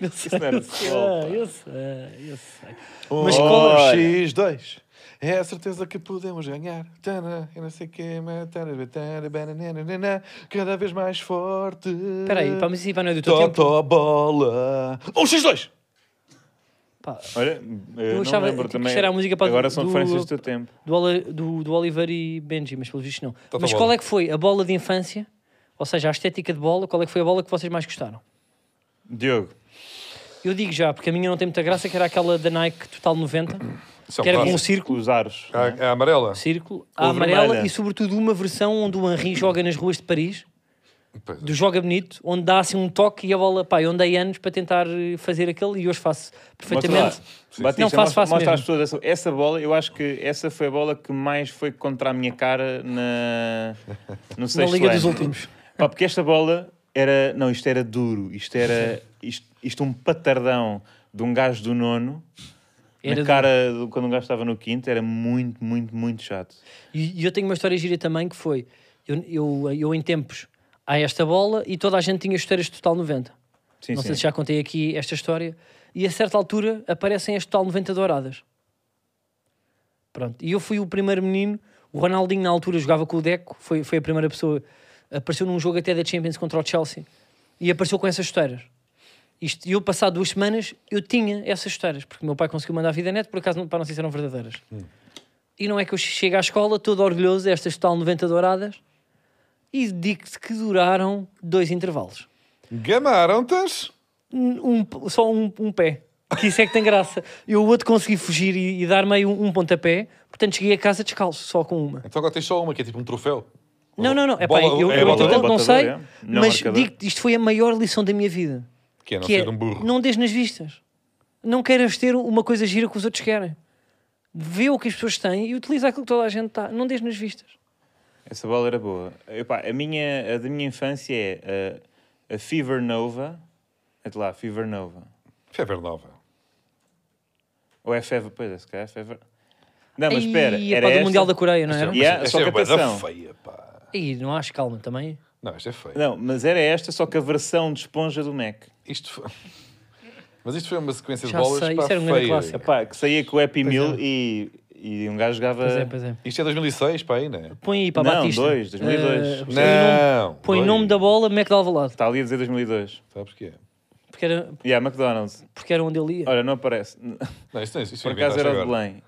[SPEAKER 2] Eu sei,
[SPEAKER 1] não era
[SPEAKER 2] eu
[SPEAKER 1] de
[SPEAKER 2] sei,
[SPEAKER 1] futebol, pá.
[SPEAKER 2] eu sei, eu sei.
[SPEAKER 3] Mas
[SPEAKER 1] qual é-
[SPEAKER 3] X2. É a certeza que podemos ganhar. Tana, eu não sei o que, matana, batana, bananana, cada vez mais forte.
[SPEAKER 2] Espera aí, pá, mas isso aí pá, não é do teu tempo.
[SPEAKER 3] Totó bola. Um X2!
[SPEAKER 2] Pá,
[SPEAKER 1] Olha, eu
[SPEAKER 2] Eu
[SPEAKER 1] não
[SPEAKER 2] achava,
[SPEAKER 1] lembro
[SPEAKER 2] tipo,
[SPEAKER 1] também.
[SPEAKER 2] que era a música para-
[SPEAKER 1] Agora são
[SPEAKER 2] do-
[SPEAKER 1] referências do teu tempo.
[SPEAKER 2] do, Oli- do, do Oliver e Benji, mas pelo visto não.
[SPEAKER 3] tá
[SPEAKER 2] mas
[SPEAKER 3] bom.
[SPEAKER 2] qual é que foi a bola de infância? Ou seja, a estética de bola, qual é que foi a bola que vocês mais gostaram?
[SPEAKER 1] Diogo,
[SPEAKER 2] Eu digo já, porque a minha não tem muita graça, que era aquela da Nike Total 90,
[SPEAKER 3] São
[SPEAKER 2] que era com um
[SPEAKER 3] clássicos.
[SPEAKER 2] círculo,
[SPEAKER 1] os aros.
[SPEAKER 2] um
[SPEAKER 1] não é?
[SPEAKER 3] Ah, A, a amarela.
[SPEAKER 2] círculo
[SPEAKER 1] Ou
[SPEAKER 2] à amarela
[SPEAKER 1] vermelha.
[SPEAKER 2] e sobretudo uma versão onde o Henry joga nas ruas de Paris,
[SPEAKER 3] Pois é.
[SPEAKER 2] do Joga Bonito, onde dá assim um toque e a bola, pá, eu andei anos para tentar eh, fazer aquele e hoje faço
[SPEAKER 1] Mostra
[SPEAKER 2] perfeitamente.
[SPEAKER 1] lá.
[SPEAKER 3] sim.
[SPEAKER 1] Batista,
[SPEAKER 2] Não, faço,
[SPEAKER 1] é mostra,
[SPEAKER 2] faço
[SPEAKER 1] mostra às
[SPEAKER 2] mesmo.
[SPEAKER 1] pessoas essa, essa bola. Eu acho que essa foi a bola que mais foi contra a minha cara na, no sexto
[SPEAKER 2] Liga dos
[SPEAKER 1] ano.
[SPEAKER 2] Últimos.
[SPEAKER 1] Pá, porque esta bola era. Não, isto era duro. Isto era. isto, isto um patardão de um gajo do nono.
[SPEAKER 2] Era
[SPEAKER 1] na
[SPEAKER 2] do-
[SPEAKER 1] cara, do- quando um gajo estava no quinto, era muito, muito, muito chato.
[SPEAKER 2] E, e eu tenho uma história gira também que foi: eu, eu, eu em tempos há esta bola e toda a gente tinha chuteiras de total 90.
[SPEAKER 1] Sim,
[SPEAKER 2] Não
[SPEAKER 1] sim.
[SPEAKER 2] sei se já contei aqui esta história. E a certa altura aparecem as total 90 douradas. Pronto. E eu fui o primeiro menino. O Ronaldinho, na altura, jogava com o Deco. Foi, foi a primeira pessoa. Apareceu num jogo até da Champions contra o Chelsea. E apareceu com essas esteiras. Isto, e eu, passado duas semanas, eu tinha essas esteiras. Porque o meu pai conseguiu mandar a vida net, por acaso, não- para não sei se eram verdadeiras.
[SPEAKER 1] Hum.
[SPEAKER 2] E não é que eu chego à escola todo orgulhoso destas tal 90 douradas. E digo-te que duraram dois intervalos
[SPEAKER 3] Gamaram-te?
[SPEAKER 2] um, um- só um, um pé. Que isso é que tem graça. Eu o outro consegui fugir e, e dar meio um, um pontapé, portanto cheguei a casa descalço, só com uma.
[SPEAKER 3] Então agora tens só uma, que é tipo um troféu.
[SPEAKER 2] Não, não, não. É pá,
[SPEAKER 3] Bola-
[SPEAKER 2] eu,
[SPEAKER 3] é
[SPEAKER 2] eu
[SPEAKER 3] botador,
[SPEAKER 2] entretanto não
[SPEAKER 1] botador,
[SPEAKER 2] sei,
[SPEAKER 1] é. Não
[SPEAKER 2] mas
[SPEAKER 1] marcador.
[SPEAKER 2] digo isto foi a maior lição da minha vida.
[SPEAKER 3] Que é não
[SPEAKER 2] que
[SPEAKER 3] ser
[SPEAKER 2] é,
[SPEAKER 3] um burro.
[SPEAKER 2] não dês nas vistas. Não queiras ter uma coisa gira que os outros querem. Vê o que as pessoas têm e utiliza aquilo que toda a gente está. Não dês nas vistas.
[SPEAKER 1] Essa bola era boa. Epá, a, minha, a da minha infância é a, a Fever Nova. É de lá, Fever Nova.
[SPEAKER 3] Fever é nova.
[SPEAKER 1] Ou é Fever? Pois é, se calhar é Fever. Não, mas
[SPEAKER 2] Ai,
[SPEAKER 1] espera.
[SPEAKER 2] é
[SPEAKER 1] Era
[SPEAKER 2] pá, do
[SPEAKER 1] esta?
[SPEAKER 2] Mundial da Coreia, não era?
[SPEAKER 1] Yeah,
[SPEAKER 3] Esta
[SPEAKER 1] só que
[SPEAKER 3] é bué da
[SPEAKER 1] atenção.
[SPEAKER 3] feia, pá.
[SPEAKER 2] E não acho calma também.
[SPEAKER 3] Não, esta é feia.
[SPEAKER 1] Não, mas era esta, só que a versão de esponja do Mac.
[SPEAKER 3] Isto foi... Mas isto foi uma sequência
[SPEAKER 2] Já
[SPEAKER 3] de bolas
[SPEAKER 2] sei,
[SPEAKER 3] pá,
[SPEAKER 2] isso era um grande
[SPEAKER 3] feia.
[SPEAKER 2] clássico.
[SPEAKER 1] Epá, que saía com o Happy
[SPEAKER 2] Pois
[SPEAKER 1] Meal
[SPEAKER 2] é.
[SPEAKER 1] e, e um gajo jogava.
[SPEAKER 2] Pois é, pois é.
[SPEAKER 3] Isto é 2006, pá, aí, não é?
[SPEAKER 2] Põe aí para
[SPEAKER 1] Não,
[SPEAKER 2] Batista.
[SPEAKER 1] dois, 2002.
[SPEAKER 2] Eh, põe o
[SPEAKER 3] Não!
[SPEAKER 2] nome- põe o nome da bola Mac de Alvalade.
[SPEAKER 1] Está ali a dizer 2002.
[SPEAKER 3] Sabe porquê?
[SPEAKER 2] Porque era,
[SPEAKER 1] E yeah, McDonald's.
[SPEAKER 2] porque era onde ele ia.
[SPEAKER 1] Olha, não aparece.
[SPEAKER 3] Não, isso não isso
[SPEAKER 1] Por
[SPEAKER 3] foi
[SPEAKER 1] acaso
[SPEAKER 3] inventado
[SPEAKER 1] era o de
[SPEAKER 3] agora.
[SPEAKER 1] Belém.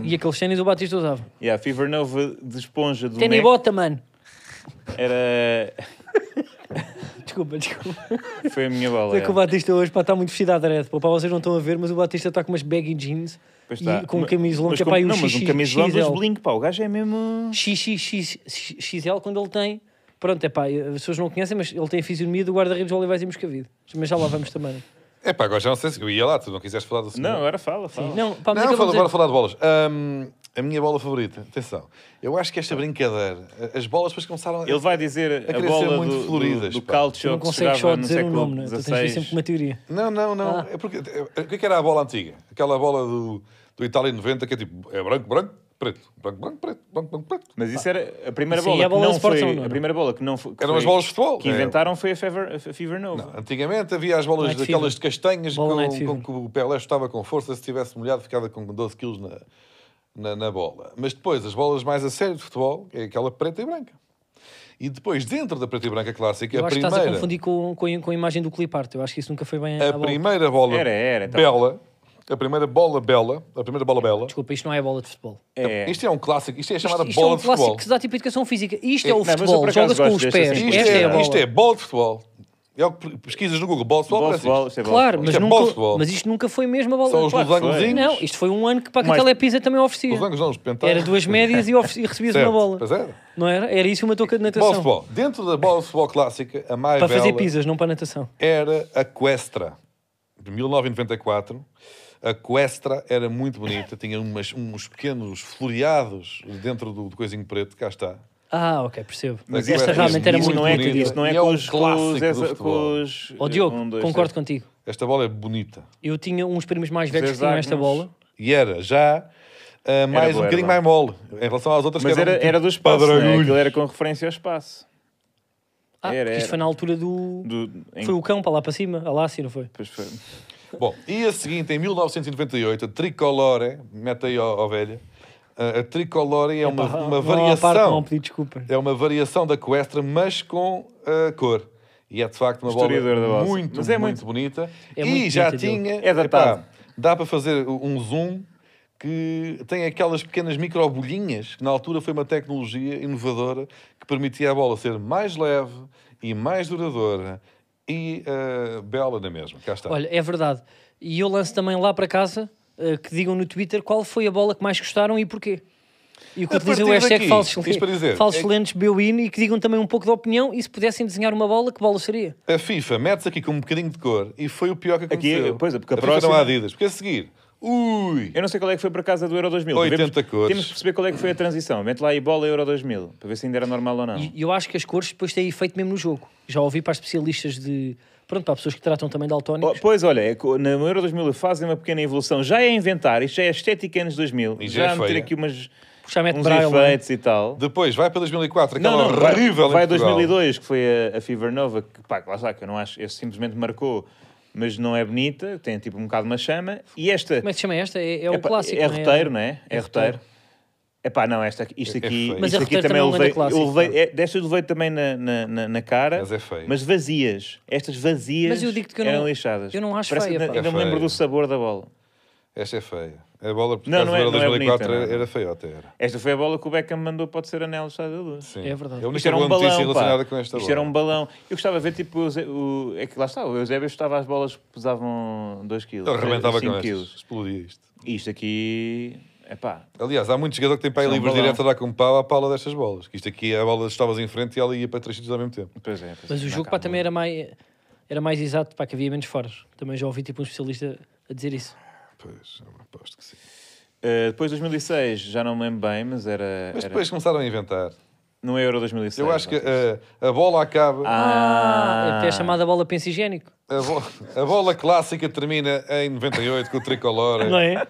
[SPEAKER 1] Um,
[SPEAKER 2] E aqueles ténis o Batista usava.
[SPEAKER 1] yeah, Fever Nova de esponja do
[SPEAKER 2] Tênis
[SPEAKER 1] Mac
[SPEAKER 2] bota, mano.
[SPEAKER 1] era.
[SPEAKER 2] Desculpa, desculpa.
[SPEAKER 1] Foi a minha bola.
[SPEAKER 2] É que o
[SPEAKER 1] yeah.
[SPEAKER 2] Batista hoje pá, está muito vestido à dread. Pá, vocês não estão a ver, mas o Batista está com umas baggy jeans
[SPEAKER 1] Pois
[SPEAKER 2] e
[SPEAKER 1] tá.
[SPEAKER 2] com um
[SPEAKER 1] Mas-
[SPEAKER 2] camisolão
[SPEAKER 1] mas
[SPEAKER 2] que é
[SPEAKER 1] com-
[SPEAKER 2] pá, aí um
[SPEAKER 1] Não, mas um
[SPEAKER 2] xixi-
[SPEAKER 1] camisolão dos
[SPEAKER 2] XL.
[SPEAKER 1] Blink, pá. O gajo é mesmo.
[SPEAKER 2] XXXL quando ele tem. Pronto, é pá, as pessoas não conhecem, mas ele tem a fisionomia do guarda-redes Olivais e Moscavide. Mas já lá vamos também.
[SPEAKER 3] É pá, agora já não sei se eu ia lá, tu não quiseste falar do segundo.
[SPEAKER 1] Não, agora fala, Ah. fala.
[SPEAKER 2] Sim, Não, pá, mas
[SPEAKER 3] não,
[SPEAKER 2] acabamos
[SPEAKER 3] fala,
[SPEAKER 2] de-
[SPEAKER 3] bora falar de bolas. Hum, a minha bola favorita, atenção. Eu acho que esta brincadeira, a- as bolas depois começaram a.
[SPEAKER 1] Ele vai dizer a,
[SPEAKER 3] querer ser
[SPEAKER 1] bola
[SPEAKER 3] muito
[SPEAKER 1] do,
[SPEAKER 3] floridas,
[SPEAKER 1] do, do
[SPEAKER 3] pá.
[SPEAKER 1] calcio
[SPEAKER 2] não
[SPEAKER 1] que se
[SPEAKER 2] consegues só
[SPEAKER 1] jogava no
[SPEAKER 2] dizer um
[SPEAKER 1] século
[SPEAKER 2] nome, não é? Tu tens de vir sempre com
[SPEAKER 1] XVI.
[SPEAKER 2] uma teoria.
[SPEAKER 3] Não, não, não.
[SPEAKER 2] Ah.
[SPEAKER 3] É porque, é- o que é que era a bola antiga? Aquela bola do, do Itália 90 que é tipo, é branco, branco, preto. Branco, branco, preto. Branco, branco, preto.
[SPEAKER 1] Mas isso era a primeira
[SPEAKER 2] Sim,
[SPEAKER 1] bola,
[SPEAKER 2] e a bola
[SPEAKER 1] que
[SPEAKER 2] do
[SPEAKER 1] não
[SPEAKER 2] Sporting,
[SPEAKER 1] foi
[SPEAKER 2] não era?
[SPEAKER 1] a primeira bola que não foi, que
[SPEAKER 3] Eram
[SPEAKER 1] foi-
[SPEAKER 3] as bolas de futebol.
[SPEAKER 1] que
[SPEAKER 3] É.
[SPEAKER 1] inventaram foi a Fever, a Fever Nova.
[SPEAKER 3] Antigamente havia as bolas
[SPEAKER 2] Night fever.
[SPEAKER 3] daquelas de castanhas
[SPEAKER 2] é Bola é night
[SPEAKER 3] com,
[SPEAKER 2] fever.
[SPEAKER 3] com que o Pelé estava com força, se tivesse molhado ficava com 12 quilos na, na, na bola. Mas depois, as bolas mais a sério de futebol é aquela preta e branca. E depois, dentro da preta e branca clássica,
[SPEAKER 2] Eu
[SPEAKER 3] a
[SPEAKER 2] acho que estás a
[SPEAKER 3] primeira,
[SPEAKER 2] confundir com, com, com a imagem do clipart. Eu acho que isso nunca foi bem à
[SPEAKER 3] a
[SPEAKER 2] bola.
[SPEAKER 3] primeira bola
[SPEAKER 1] Era, era, então.
[SPEAKER 3] bela, a primeira bola bela, a primeira bola bela.
[SPEAKER 2] Desculpa, isto não é bola de futebol.
[SPEAKER 1] É.
[SPEAKER 3] Isto é um clássico, isto é chamada
[SPEAKER 2] isto, isto é
[SPEAKER 3] bola
[SPEAKER 2] um
[SPEAKER 3] de
[SPEAKER 2] clássico
[SPEAKER 3] futebol.
[SPEAKER 2] que se dá tipo educação física. Isto é,
[SPEAKER 1] Não,
[SPEAKER 2] o
[SPEAKER 1] mas eu
[SPEAKER 2] futebol.
[SPEAKER 1] por acaso
[SPEAKER 2] Jogas com
[SPEAKER 1] gosto
[SPEAKER 2] os
[SPEAKER 1] deste,
[SPEAKER 2] pés.
[SPEAKER 1] assim.
[SPEAKER 3] Isto,
[SPEAKER 2] Esta é,
[SPEAKER 3] é,
[SPEAKER 2] a bola.
[SPEAKER 3] isto é bola de futebol. É o que pesquisas no Google, bola de futebol,
[SPEAKER 1] Bola de
[SPEAKER 3] aparece
[SPEAKER 1] futebol,
[SPEAKER 3] isto.
[SPEAKER 1] isto é bola
[SPEAKER 2] Claro,
[SPEAKER 1] de
[SPEAKER 2] mas,
[SPEAKER 3] Isto é
[SPEAKER 2] nunca-
[SPEAKER 3] bola de futebol.
[SPEAKER 2] mas isto nunca foi mesmo a bola
[SPEAKER 3] São
[SPEAKER 2] de
[SPEAKER 3] os
[SPEAKER 1] Claro que foi.
[SPEAKER 3] levangos.
[SPEAKER 2] Não, isto foi um ano que para que
[SPEAKER 1] Mas-
[SPEAKER 2] a Telepisa também
[SPEAKER 3] Os
[SPEAKER 2] oferecia.
[SPEAKER 3] levangos não, os pentágonos.
[SPEAKER 2] Era duas médias e, ofe- e recebias
[SPEAKER 3] Certo,
[SPEAKER 2] uma bola.
[SPEAKER 3] Pois era.
[SPEAKER 2] Não era? Era isso uma touca de
[SPEAKER 3] Bola de
[SPEAKER 2] natação.
[SPEAKER 3] futebol. Dentro da bola de futebol clássica, a mais
[SPEAKER 2] Para fazer
[SPEAKER 3] bela
[SPEAKER 2] pisas, não para natação.
[SPEAKER 3] era a Questra, de 1994. A Questra era muito bonita, tinha umas- uns pequenos floreados dentro do, do coisinho preto, cá está.
[SPEAKER 2] Ah, ok, percebo. Mas
[SPEAKER 3] Mas
[SPEAKER 2] esta
[SPEAKER 3] era-
[SPEAKER 2] realmente era
[SPEAKER 1] isso
[SPEAKER 2] muito
[SPEAKER 1] não é,
[SPEAKER 3] bonito.
[SPEAKER 1] Isto não é,
[SPEAKER 3] E é
[SPEAKER 1] com
[SPEAKER 3] um
[SPEAKER 1] os...
[SPEAKER 3] clássico
[SPEAKER 1] com os-
[SPEAKER 3] do
[SPEAKER 1] essa-
[SPEAKER 3] futebol.
[SPEAKER 1] com os-
[SPEAKER 2] Ó Diogo,
[SPEAKER 1] um, dois,
[SPEAKER 2] concordo
[SPEAKER 1] três.
[SPEAKER 2] contigo.
[SPEAKER 3] Esta bola é bonita.
[SPEAKER 2] Eu tinha uns primos mais velhos que tinham
[SPEAKER 1] Zezagnos.
[SPEAKER 2] esta bola.
[SPEAKER 3] E era já ah, mais
[SPEAKER 1] boa,
[SPEAKER 3] um
[SPEAKER 1] era
[SPEAKER 3] bocadinho
[SPEAKER 1] boa.
[SPEAKER 3] mais mole em relação às outras
[SPEAKER 1] Mas
[SPEAKER 3] que eram
[SPEAKER 1] era,
[SPEAKER 3] tipo
[SPEAKER 1] era do espaço,
[SPEAKER 3] padragulhos.
[SPEAKER 1] né? Aquilo era com referência ao espaço.
[SPEAKER 2] Ah,
[SPEAKER 1] Era,
[SPEAKER 2] porque isto
[SPEAKER 1] era.
[SPEAKER 2] foi na altura do...
[SPEAKER 1] Do- em-
[SPEAKER 2] Foi o cão para lá para cima, a Lácio, não foi?
[SPEAKER 1] Pois foi.
[SPEAKER 3] Bom, e a seguinte, em 1998, a Tricolore, mete aí a ovelha, a a Tricolore é uma,
[SPEAKER 2] Pá,
[SPEAKER 3] uma
[SPEAKER 2] não há parte, não
[SPEAKER 3] variação,
[SPEAKER 2] pedir desculpa.
[SPEAKER 3] é uma variação da Questra, mas com a cor. E é de facto uma bola
[SPEAKER 1] Historiador da bola.
[SPEAKER 3] muito,
[SPEAKER 1] Mas é
[SPEAKER 3] muito bonita.
[SPEAKER 2] É
[SPEAKER 3] e
[SPEAKER 2] muito
[SPEAKER 3] já
[SPEAKER 2] bonita,
[SPEAKER 3] tinha,
[SPEAKER 1] É datado.
[SPEAKER 3] dá para fazer um zoom que tem aquelas pequenas microbolhinhas, que na altura foi uma tecnologia inovadora que permitia a bola ser mais leve e mais duradoura e ah, bela na mesma. Cá
[SPEAKER 1] Tá.
[SPEAKER 3] está.
[SPEAKER 2] Olha, é verdade. E eu lanço também lá para casa eh, que digam no Twitter qual foi a bola que mais gostaram e porquê. E é que
[SPEAKER 3] A
[SPEAKER 2] utilizem o
[SPEAKER 3] partir
[SPEAKER 2] hashtag
[SPEAKER 3] daqui,
[SPEAKER 2] falsos,
[SPEAKER 3] isto para dizer,
[SPEAKER 2] falsos
[SPEAKER 3] é que-
[SPEAKER 2] lentes Beuin e que digam também um pouco de opinião e se pudessem desenhar uma bola, que bola seria?
[SPEAKER 3] A FIFA mete-se aqui com um bocadinho de cor e foi o pior que
[SPEAKER 1] Aqui,
[SPEAKER 3] aconteceu.
[SPEAKER 1] pois é, porque a
[SPEAKER 3] FIFA não
[SPEAKER 1] próxima-
[SPEAKER 3] há Adidas. Porque a seguir, ui,
[SPEAKER 1] Eu não sei qual é que foi para casa do Euro 2000.
[SPEAKER 3] 80
[SPEAKER 1] Devemos-
[SPEAKER 3] cores.
[SPEAKER 1] Temos que perceber qual é que foi a transição. Mete lá aí bola Euro 2000, para ver se ainda era normal ou não.
[SPEAKER 2] E eu acho que as cores depois têm efeito mesmo no jogo. Já ouvi para especialistas de Pronto, para pessoas que tratam também de
[SPEAKER 1] Oh,
[SPEAKER 2] daltónicos.
[SPEAKER 1] pois olha, é co- na Euro 2000 fazem uma pequena evolução. Já é inventar, isto já é estética anos 2000.
[SPEAKER 3] E já
[SPEAKER 1] já
[SPEAKER 3] é
[SPEAKER 1] meter
[SPEAKER 3] feia.
[SPEAKER 1] aqui umas,
[SPEAKER 2] já mete
[SPEAKER 1] Oh, uns
[SPEAKER 2] braille, não é?
[SPEAKER 1] efeitos e tal.
[SPEAKER 3] Depois, vai para 2004, aquela
[SPEAKER 1] não, não, vai-
[SPEAKER 3] horrível
[SPEAKER 1] Vai,
[SPEAKER 3] em
[SPEAKER 1] a
[SPEAKER 3] Portugal.
[SPEAKER 1] 2002, que foi a, a Fever Nova, que pá, lá está, que eu não acho, esse simplesmente marcou, mas não é bonita, tem tipo um bocado uma chama. E esta
[SPEAKER 2] Como é que se chama esta? É, é o
[SPEAKER 1] Epá,
[SPEAKER 2] clássico.
[SPEAKER 1] é
[SPEAKER 2] não
[SPEAKER 1] roteiro, não é? É,
[SPEAKER 2] é
[SPEAKER 1] roteiro. É pá, não, esta, isto
[SPEAKER 3] É- é
[SPEAKER 1] aqui,
[SPEAKER 3] feio.
[SPEAKER 2] Mas
[SPEAKER 1] isto
[SPEAKER 2] é
[SPEAKER 1] aqui também
[SPEAKER 2] roteiro também é um
[SPEAKER 1] levei,
[SPEAKER 2] grande clássico,
[SPEAKER 1] eu levei
[SPEAKER 2] não
[SPEAKER 1] é, destas levei também na, na, na, na cara,
[SPEAKER 3] Mas é feio.
[SPEAKER 1] mas vazias. Estas vazias
[SPEAKER 2] Mas eu digo-te que eu
[SPEAKER 1] eram
[SPEAKER 2] não-
[SPEAKER 1] lixadas.
[SPEAKER 2] eu não acho
[SPEAKER 1] Parece
[SPEAKER 2] feia,
[SPEAKER 1] que
[SPEAKER 2] pá.
[SPEAKER 1] ainda
[SPEAKER 3] É
[SPEAKER 1] me lembro
[SPEAKER 3] feia.
[SPEAKER 1] do sabor da bola.
[SPEAKER 3] Esta é feia. A bola, por
[SPEAKER 1] Não,
[SPEAKER 3] causa
[SPEAKER 1] não
[SPEAKER 3] da
[SPEAKER 1] é-
[SPEAKER 3] Euro
[SPEAKER 1] não é
[SPEAKER 3] 2004,
[SPEAKER 1] bonita,
[SPEAKER 3] era,
[SPEAKER 1] não.
[SPEAKER 3] era feiota. Era.
[SPEAKER 1] Esta foi a bola que o Beckham mandou para o ser anel do Estado da Luz.
[SPEAKER 3] Sim.
[SPEAKER 2] É verdade.
[SPEAKER 3] É a
[SPEAKER 1] Isto
[SPEAKER 3] única
[SPEAKER 1] era um
[SPEAKER 3] boa notícia
[SPEAKER 1] balão,
[SPEAKER 3] relacionada
[SPEAKER 1] pá.
[SPEAKER 3] com esta bola.
[SPEAKER 1] Isto era um balão. Eu gostava de ver, tipo, o, Euse- o- é que lá está, o Eusébio estava às bolas que pesavam 2 kg.
[SPEAKER 3] Eu arrebentava com
[SPEAKER 1] 5
[SPEAKER 3] estas.
[SPEAKER 1] kg.
[SPEAKER 3] Explodia isto.
[SPEAKER 1] Isto aqui, é pá,
[SPEAKER 3] Aliás, há muito jogador que tem para aí
[SPEAKER 1] Isto é um
[SPEAKER 3] livres
[SPEAKER 1] balão.
[SPEAKER 3] direto a dar com pau à pala destas bolas. Que isto aqui, é a bola estavas em frente e ela ia para três sítios ao mesmo tempo.
[SPEAKER 1] pois é. pois
[SPEAKER 2] Mas
[SPEAKER 1] é, dá
[SPEAKER 2] o jogo
[SPEAKER 1] cá
[SPEAKER 2] pá,
[SPEAKER 1] um-
[SPEAKER 2] também era mais, era mais exato, pá, que havia menos foras. Também já ouvi tipo um especialista a dizer isso.
[SPEAKER 3] Pois, aposto que sim.
[SPEAKER 1] Uh, depois 2006, já não me lembro bem, mas era.
[SPEAKER 3] Mas
[SPEAKER 1] era-
[SPEAKER 3] depois começaram a inventar.
[SPEAKER 1] No Euro 2006.
[SPEAKER 3] Eu acho que eh,
[SPEAKER 1] vocês.
[SPEAKER 3] a, a bola acaba,
[SPEAKER 1] Ah,
[SPEAKER 2] Até é a chamada bola pensa higiênico.
[SPEAKER 3] a, bo- a bola clássica termina em 98 com o tricolor.
[SPEAKER 2] Não é?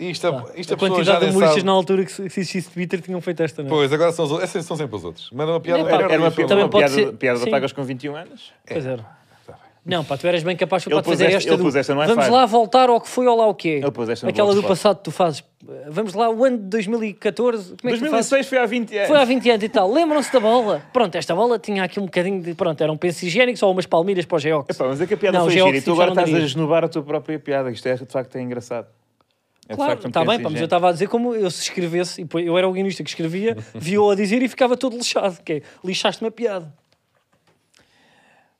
[SPEAKER 3] E isto, a- isto a,
[SPEAKER 2] a
[SPEAKER 3] pessoa já
[SPEAKER 2] quantidade de
[SPEAKER 3] nem
[SPEAKER 2] humoristas
[SPEAKER 3] sabe.
[SPEAKER 2] na altura que se se existisse Twitter tinham feito esta, não é?
[SPEAKER 3] Pois, agora são os outros. Essas são sempre os outros. Mas era uma piada.
[SPEAKER 2] Nem, pá,
[SPEAKER 1] Ah, Era uma, pi-
[SPEAKER 3] horrível.
[SPEAKER 2] Também
[SPEAKER 1] uma
[SPEAKER 2] pode
[SPEAKER 1] piada,
[SPEAKER 2] ser-
[SPEAKER 1] piada de
[SPEAKER 2] sim. é
[SPEAKER 1] Pagas com 21 anos.
[SPEAKER 2] Pois era.
[SPEAKER 1] tá
[SPEAKER 2] Não, pá, tu eras bem capaz
[SPEAKER 1] Ele
[SPEAKER 2] para
[SPEAKER 1] pôs
[SPEAKER 2] fazer
[SPEAKER 1] esta-
[SPEAKER 2] esta.
[SPEAKER 1] ele
[SPEAKER 2] do-
[SPEAKER 1] pôs esta, não é
[SPEAKER 2] Vamos
[SPEAKER 1] fácil.
[SPEAKER 2] lá voltar ao que foi ou lá o quê?
[SPEAKER 1] Ele pôs esta no
[SPEAKER 2] Aquela
[SPEAKER 1] bloco
[SPEAKER 2] do
[SPEAKER 1] de
[SPEAKER 2] passado que tu fazes. Vamos lá, o ano de 2014. Como é que tu fazes?
[SPEAKER 1] 2006 foi há 20 anos.
[SPEAKER 2] Foi há 20 anos e tal. Lembram-se da bola? Pronto, esta bola tinha aqui um bocadinho de. Pronto, eram pensos higiênicos ou umas palmilhas para o Geox.
[SPEAKER 1] Epá, mas é que a piada
[SPEAKER 2] Não,
[SPEAKER 1] foi
[SPEAKER 2] já é
[SPEAKER 1] gira e tu
[SPEAKER 2] oxigênio
[SPEAKER 1] agora
[SPEAKER 2] no
[SPEAKER 1] estás a
[SPEAKER 2] nariz.
[SPEAKER 1] esnobar a tua própria piada. Isto é de facto é engraçado. É de
[SPEAKER 2] Claro,
[SPEAKER 1] facto um
[SPEAKER 2] está bem,
[SPEAKER 1] bocadinho
[SPEAKER 2] pá, mas eu
[SPEAKER 1] exigente.
[SPEAKER 2] estava a dizer como eu se escrevesse, e depois eu era o guionista que escrevia, viu a dizer e ficava todo lixado, que é, lixaste-me a piada.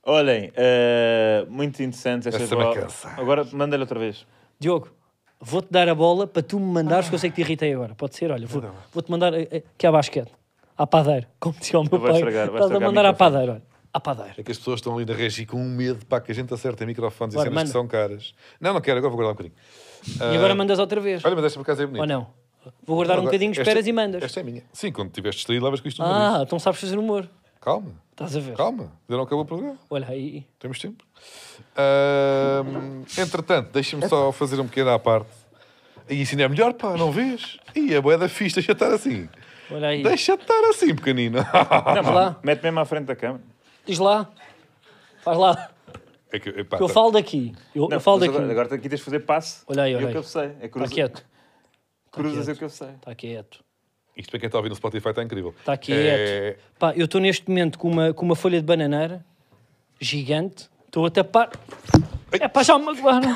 [SPEAKER 1] Olhem, eh, muito interessante esta
[SPEAKER 3] Essa me
[SPEAKER 1] bola.
[SPEAKER 3] cansa.
[SPEAKER 1] Agora manda-lhe outra vez.
[SPEAKER 2] Diogo, vou-te dar a bola para tu me mandares que eu sei que te irritei agora. Pode ser? Olha, vou- vou-te mandar eh, eh, que é a basquete. À padeira, como dizia o meu
[SPEAKER 1] Vai
[SPEAKER 2] pai.
[SPEAKER 1] estragar, vai
[SPEAKER 2] Estás a
[SPEAKER 1] estragar o
[SPEAKER 2] mandar à
[SPEAKER 1] microfone.
[SPEAKER 2] padeira, olha. À padeira.
[SPEAKER 3] É que as pessoas estão ali na regi com um medo para que a gente acerte em microfones e
[SPEAKER 2] Bora,
[SPEAKER 3] cenas que
[SPEAKER 2] manda.
[SPEAKER 3] são caras. Não, não quero, agora vou guardar um bocadinho.
[SPEAKER 1] Ah,
[SPEAKER 2] E agora mandas outra vez.
[SPEAKER 3] Olha, mas esta por acaso é bonita.
[SPEAKER 2] Ou não? Vou guardar um
[SPEAKER 3] Agora,
[SPEAKER 2] bocadinho,
[SPEAKER 3] esta-
[SPEAKER 2] esperas e mandas.
[SPEAKER 3] Esta é minha. Sim, quando tiveste distraído, levas com isto no nariz.
[SPEAKER 2] Ah, então sabes fazer humor.
[SPEAKER 3] Calma,
[SPEAKER 2] Estás a ver?
[SPEAKER 3] calma. Ainda não acabou o programa.
[SPEAKER 2] Olha aí.
[SPEAKER 3] Temos tempo. Ahm, entretanto, deixa-me só fazer um pequeno à parte. E isso ainda é melhor, pá, não vês? E a boeda fixe, deixa estar assim.
[SPEAKER 2] Olha aí.
[SPEAKER 3] Deixa estar assim, pequenino.
[SPEAKER 1] Não,
[SPEAKER 2] Vá
[SPEAKER 1] pá,
[SPEAKER 2] lá.
[SPEAKER 1] mete mesmo à frente da câmera.
[SPEAKER 2] Diz lá. Faz lá.
[SPEAKER 3] É que, epá,
[SPEAKER 2] Eu
[SPEAKER 3] tá-
[SPEAKER 2] falo daqui. Eu, eu falo
[SPEAKER 1] mas
[SPEAKER 2] daqui.
[SPEAKER 1] Agora, agora aqui tens de fazer passe.
[SPEAKER 2] Olha aí, olha
[SPEAKER 1] Eu
[SPEAKER 2] aí.
[SPEAKER 1] que eu sei. É
[SPEAKER 2] Está
[SPEAKER 1] cruza,
[SPEAKER 2] quieto. tá
[SPEAKER 1] cruzas eu
[SPEAKER 2] quieto.
[SPEAKER 1] que eu sei.
[SPEAKER 2] Está quieto.
[SPEAKER 3] Isto para quem está a ouvir no Spotify está incrível.
[SPEAKER 2] Está quieto.
[SPEAKER 3] É-
[SPEAKER 2] Tá Pá, eu estou neste momento com uma, com uma folha de bananeira gigante. Estou a tapar. É pá, já me magoaram.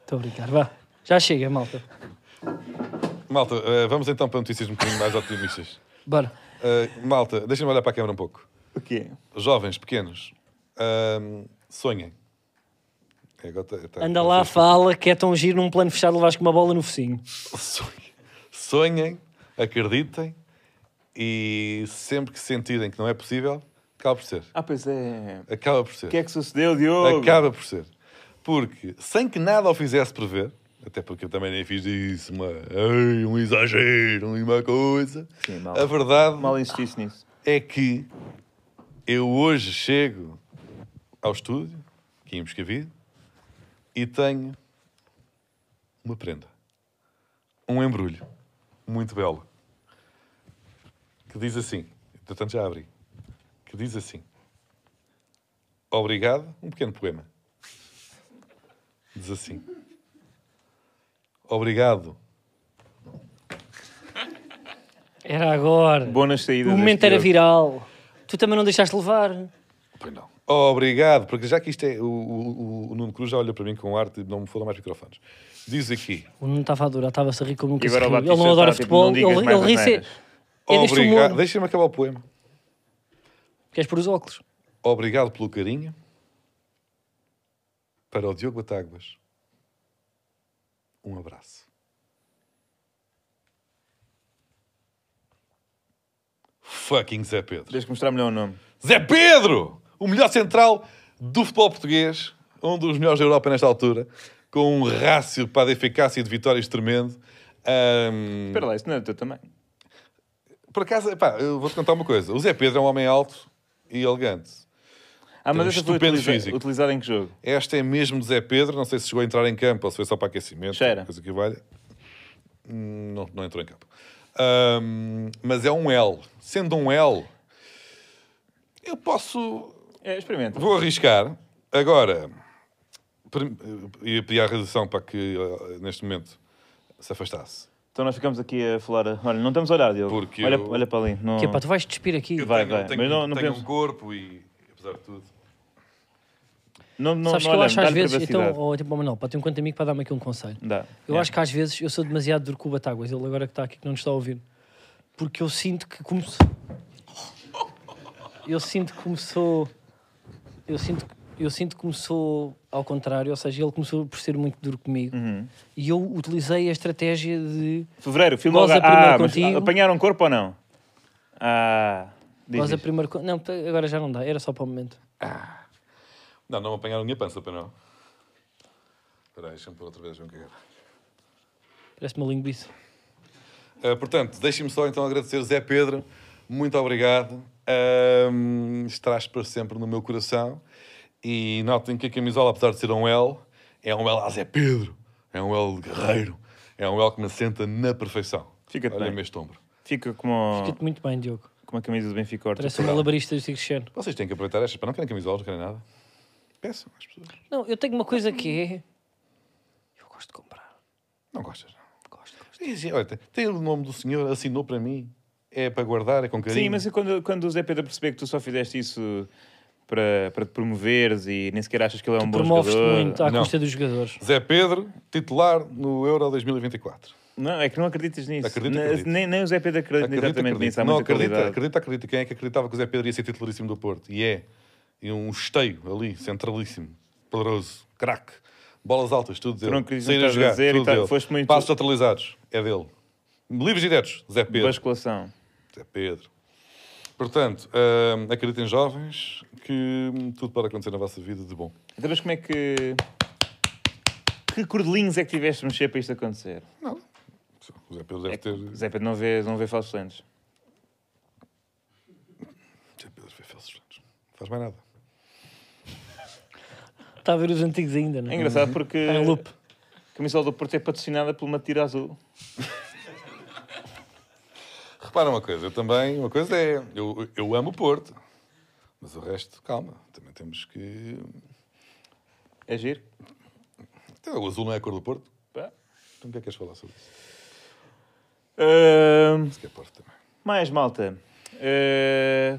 [SPEAKER 2] Estou a brincar, vá. Já chega, malta.
[SPEAKER 3] Malta, eh, vamos então para notícias um bocadinho mais otimistas.
[SPEAKER 2] Bora.
[SPEAKER 3] Eh, malta, deixem-me olhar para a câmera um pouco.
[SPEAKER 1] O quê?
[SPEAKER 3] Jovens, pequenos, ahm, sonhem. É, agora tá- tá-
[SPEAKER 2] Anda lá,
[SPEAKER 3] vocês-
[SPEAKER 2] fala que é tão giro num plano fechado levas com uma bola no focinho.
[SPEAKER 3] Sonhem. Sonhem, acreditem e sempre que sentirem que não é possível, acaba por ser.
[SPEAKER 1] Ah, pois é.
[SPEAKER 3] Acaba por ser.
[SPEAKER 1] O que é que sucedeu, Diogo?
[SPEAKER 3] Acaba por ser. Porque, sem que nada o fizesse prever, até porque eu também nem fiz isso, uma, ei, um exagero, uma coisa,
[SPEAKER 1] Sim, mal.
[SPEAKER 3] a verdade
[SPEAKER 1] Mal insististe nisso.
[SPEAKER 3] é que eu hoje chego ao estúdio, aqui em Moscavide, e tenho uma prenda. Um embrulho. Muito belo. Que diz assim, portanto já abri, que diz assim, Obrigado, um pequeno poema. Diz assim. Obrigado,
[SPEAKER 2] Era agora.
[SPEAKER 1] Boas saídas.
[SPEAKER 2] o momento
[SPEAKER 1] deste
[SPEAKER 2] era
[SPEAKER 1] Diogo.
[SPEAKER 2] viral. Tu também não deixaste levar.
[SPEAKER 3] Pois não. Obrigado, porque já que isto é. O, o, o Nuno Cruz já olha para mim com arte de não me foram mais microfones. Diz aqui.
[SPEAKER 2] O Nuno estava a adorar, estava-se a rir como nunca
[SPEAKER 1] E
[SPEAKER 2] se
[SPEAKER 1] agora o
[SPEAKER 2] riu. Ele
[SPEAKER 1] Batista
[SPEAKER 2] não adora
[SPEAKER 1] está, tipo,
[SPEAKER 2] futebol,
[SPEAKER 1] não digas
[SPEAKER 2] ele,
[SPEAKER 1] mais
[SPEAKER 2] ele ri-se.
[SPEAKER 1] asneiras.
[SPEAKER 2] É deste
[SPEAKER 3] Obrigado.
[SPEAKER 2] humor.
[SPEAKER 3] Deixa-me acabar o poema.
[SPEAKER 2] Queres pôr os óculos?
[SPEAKER 3] Obrigado pelo carinho para o Diogo Batáguas. Um abraço. Fucking Zé Pedro.
[SPEAKER 1] Tens que mostrar melhor o nome.
[SPEAKER 3] Zé Pedro, o melhor central do futebol português, um dos melhores da Europa nesta altura, com um rácio para de eficácia e de vitórias tremendo. Ahm,
[SPEAKER 1] Espera lá, isso não é do teu tamanho.
[SPEAKER 3] por acaso, pá, eu vou-te contar uma coisa. O Zé Pedro é um homem alto e elegante.
[SPEAKER 1] Ah, mas
[SPEAKER 3] um
[SPEAKER 1] essa foi
[SPEAKER 3] estupendo
[SPEAKER 1] utiliza-
[SPEAKER 3] físico.
[SPEAKER 1] utilizada em que jogo?
[SPEAKER 3] Esta é mesmo de Zé Pedro, não sei se chegou a entrar em campo ou se foi só para aquecimento,
[SPEAKER 1] Cheira.
[SPEAKER 3] coisa que valha. Hum, Não, não entrou em campo. Ahm, mas é um L. Sendo um L, eu posso.
[SPEAKER 1] É, experimenta.
[SPEAKER 3] Vou arriscar. Agora, per- ia pedir à redação para que eh, neste momento se afastasse.
[SPEAKER 1] Então nós ficamos aqui a falar. Olha, não estamos a olhar, Diogo.
[SPEAKER 3] Porque
[SPEAKER 1] olha,
[SPEAKER 3] eu-
[SPEAKER 1] olha para ali. Não...
[SPEAKER 2] Que é pá, tu vais despir aqui.
[SPEAKER 1] Eu- Vai, vai,
[SPEAKER 3] Tenho,
[SPEAKER 1] mas não- não
[SPEAKER 3] tenho um
[SPEAKER 1] podemos-
[SPEAKER 3] corpo e, apesar de tudo.
[SPEAKER 1] não, não,
[SPEAKER 2] Sabes
[SPEAKER 1] não
[SPEAKER 2] que eu
[SPEAKER 1] olhamos,
[SPEAKER 2] acho às
[SPEAKER 1] dá-lhe
[SPEAKER 2] vezes. Então,
[SPEAKER 1] privacidade.
[SPEAKER 2] oh, tipo, oh, Manuel, pá, tenho um quanto amigo para dar-me aqui um conselho.
[SPEAKER 1] Dá.
[SPEAKER 2] Eu
[SPEAKER 1] É.
[SPEAKER 2] acho que às vezes eu sou demasiado de Urcuba Táguas, ele agora que está aqui que não nos está a ouvir. Porque eu sinto que como se- Eu sinto que começou. Eu sinto que. Eu sinto que começou ao contrário, ou seja, ele começou por ser muito duro comigo
[SPEAKER 1] Uhum.
[SPEAKER 2] e eu utilizei a estratégia de
[SPEAKER 1] Fevereiro, filme
[SPEAKER 2] Goza
[SPEAKER 1] ao
[SPEAKER 2] primeiro
[SPEAKER 1] ah, mas
[SPEAKER 2] contigo.
[SPEAKER 1] apanharam corpo ou não? Ah, diz
[SPEAKER 2] nós a
[SPEAKER 1] isto.
[SPEAKER 2] primeira co- Não, tá, agora já não dá, era só para o momento.
[SPEAKER 3] Não, não apanharam a minha pança, para não. Espera aí, deixa-me pôr outra vez, vamos cagar.
[SPEAKER 2] Parece uma linguiça.
[SPEAKER 3] Uh, portanto, deixem-me só então agradecer, Zé Pedro. Muito obrigado. Um, estás para sempre no meu coração. E notem que a camisola, apesar de ser um L, é um L a Zé Pedro. É um L de guerreiro. É um L que me senta na perfeição.
[SPEAKER 1] Fica-te bem.
[SPEAKER 3] Olha-me este ombro.
[SPEAKER 1] Fica como,
[SPEAKER 2] Fica-te muito bem, Diogo.
[SPEAKER 1] como a camisa do Benfica Horta.
[SPEAKER 2] Parece um malabarista do Tigre
[SPEAKER 3] Vocês têm que aproveitar estas para não querem camisolas, não querem nada. Peçam às pessoas.
[SPEAKER 2] Não, eu tenho uma coisa que é. Eu gosto de comprar.
[SPEAKER 3] Não gostas, não.
[SPEAKER 2] Gosto, gosto.
[SPEAKER 3] Diz, olha, tem- tem o nome do senhor, assinou para mim. É para guardar, é com carinho.
[SPEAKER 1] Sim, mas quando, quando o Zé Pedro perceber que tu só fizeste isso para, para te promoveres e nem sequer achas que ele é um bom
[SPEAKER 2] Promoves-te
[SPEAKER 1] jogador.
[SPEAKER 2] muito tá. à
[SPEAKER 3] Não.
[SPEAKER 2] custa dos jogadores.
[SPEAKER 3] Zé Pedro, titular no Euro 2024.
[SPEAKER 1] Não, é que não acreditas nisso.
[SPEAKER 3] Acredito,
[SPEAKER 1] Na-
[SPEAKER 3] acredito.
[SPEAKER 1] Nem, nem o Zé Pedro acredita exatamente nisso. Há
[SPEAKER 3] Não
[SPEAKER 1] muita
[SPEAKER 3] acredita,
[SPEAKER 1] qualidade.
[SPEAKER 3] acredita, acredita. Quem é que acreditava que o Zé Pedro ia ser titularíssimo do Porto? E é. E um esteio ali, centralíssimo, poderoso, craque. Bolas altas, tudo dele.
[SPEAKER 1] não acreditas no
[SPEAKER 3] Sair
[SPEAKER 1] que
[SPEAKER 3] a
[SPEAKER 1] estás a
[SPEAKER 3] jogar,
[SPEAKER 1] dizer e
[SPEAKER 3] tudo
[SPEAKER 1] tá-
[SPEAKER 3] dele.
[SPEAKER 1] foste muito-
[SPEAKER 3] Passos lateralizados, é dele. Livres diretos, Zé Pedro.
[SPEAKER 1] Basculação.
[SPEAKER 3] Zé Pedro. Portanto, hum, acreditem jovens que hum, tudo pode acontecer na vossa vida de bom.
[SPEAKER 1] Então, mas como é que. Que cordelinhos é que tiveste de mexer para isto acontecer?
[SPEAKER 3] O Zé Pedro deve
[SPEAKER 1] É que
[SPEAKER 3] ter...
[SPEAKER 1] o Zé Pedro não vê, não vê falsos lentes.
[SPEAKER 3] Zé Pedro foi Félix Santos. Não faz mais nada.
[SPEAKER 2] Está a ver os antigos ainda, não
[SPEAKER 1] É engraçado porque
[SPEAKER 2] Está em Uhum. um loop.
[SPEAKER 1] a camisola do Porto é patrocinada por uma tira azul.
[SPEAKER 3] Repara uma coisa, eu também, uma coisa é, eu, eu amo o Porto, mas o resto, calma, também temos que.
[SPEAKER 1] É giro?
[SPEAKER 3] Então, o azul não é a cor do Porto?
[SPEAKER 1] Pá.
[SPEAKER 3] Então o que é que queres falar sobre isso?
[SPEAKER 1] Ahm,
[SPEAKER 3] Que é Porto também.
[SPEAKER 1] mais, malta. Ah,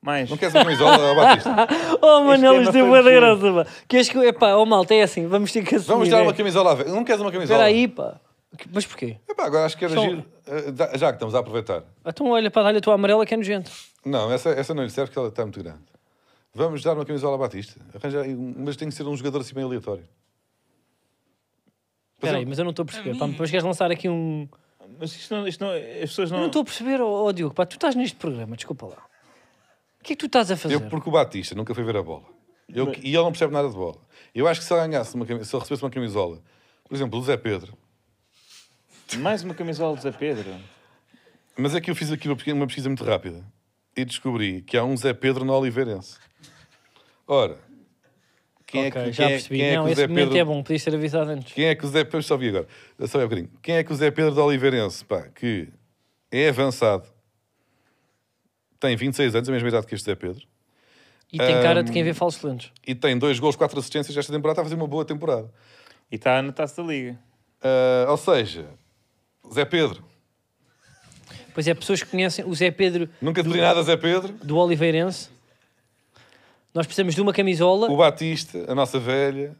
[SPEAKER 1] mais.
[SPEAKER 3] Não queres uma camisola, ó, Batista?
[SPEAKER 2] Oh, Manel,
[SPEAKER 1] tema
[SPEAKER 2] isto é
[SPEAKER 1] foi
[SPEAKER 2] bué da
[SPEAKER 1] giro.
[SPEAKER 2] graça, pá. Queres que... Epá, oh, malta, é assim, vamos ter que assumir.
[SPEAKER 3] Vamos dar
[SPEAKER 2] é.
[SPEAKER 3] uma camisola à vez. Não queres uma camisola?
[SPEAKER 2] Espera aí, pá. Que- Mas porquê?
[SPEAKER 3] Epá, agora acho que era
[SPEAKER 2] Só-
[SPEAKER 3] giro. eh, da- Já que estamos a aproveitar.
[SPEAKER 2] Então olha, pá, dá-lhe a tua amarela que é nojento.
[SPEAKER 3] Não, essa, essa não lhe serve porque ela está muito grande. Vamos dar uma camisola à Batista. Arranjar, aí um- mas tem que ser um jogador assim meio aleatório. Pois
[SPEAKER 2] Espera
[SPEAKER 3] é.
[SPEAKER 2] aí, mas eu não estou a perceber.
[SPEAKER 4] A
[SPEAKER 2] Pá,
[SPEAKER 4] mim?
[SPEAKER 2] depois queres lançar aqui um...
[SPEAKER 1] Mas isto não, isto não- As pessoas
[SPEAKER 2] Eu
[SPEAKER 1] não.
[SPEAKER 2] não estou a perceber, ó ó, Diogo, pá, tu estás neste programa, desculpa lá. O que é que tu estás a fazer?
[SPEAKER 3] Eu, porque o Batista nunca foi ver a bola. Eu- e ele não percebe nada de bola. Eu acho que se ele ganhasse, uma, cami- se ele recebesse uma camisola, por exemplo, do Zé Pedro,
[SPEAKER 1] Mais uma camisola do Zé Pedro.
[SPEAKER 3] mas é que eu fiz aqui uma, pequena- uma pesquisa muito rápida e descobri que há um Zé Pedro no Oliveirense. Ora, quem
[SPEAKER 2] Ok,
[SPEAKER 3] é que,
[SPEAKER 2] já
[SPEAKER 3] quem é-
[SPEAKER 2] percebi.
[SPEAKER 3] quem é
[SPEAKER 2] não,
[SPEAKER 3] que o
[SPEAKER 2] esse
[SPEAKER 3] Zé
[SPEAKER 2] momento
[SPEAKER 3] Pedro...
[SPEAKER 2] é bom, podias ter avisado antes.
[SPEAKER 3] Quem é que o Zé Pedro... Só vi agora. Só vi um bocadinho. Quem é que o Zé Pedro de Oliveirense, pá, que é avançado, tem 26 anos, a mesma idade que este Zé Pedro,
[SPEAKER 2] E tem cara de quem vê falsos lentes.
[SPEAKER 3] e tem dois gols, quatro assistências esta temporada, está a fazer uma boa temporada.
[SPEAKER 1] E tá, está na taça da liga.
[SPEAKER 3] Ah, ou seja, Zé Pedro.
[SPEAKER 2] Pois é, pessoas que conhecem o Zé Pedro
[SPEAKER 3] Nunca te pedi nada, Zé Pedro.
[SPEAKER 2] do Oliveirense. Nós precisamos de uma camisola.
[SPEAKER 3] O Batista, a nossa velha.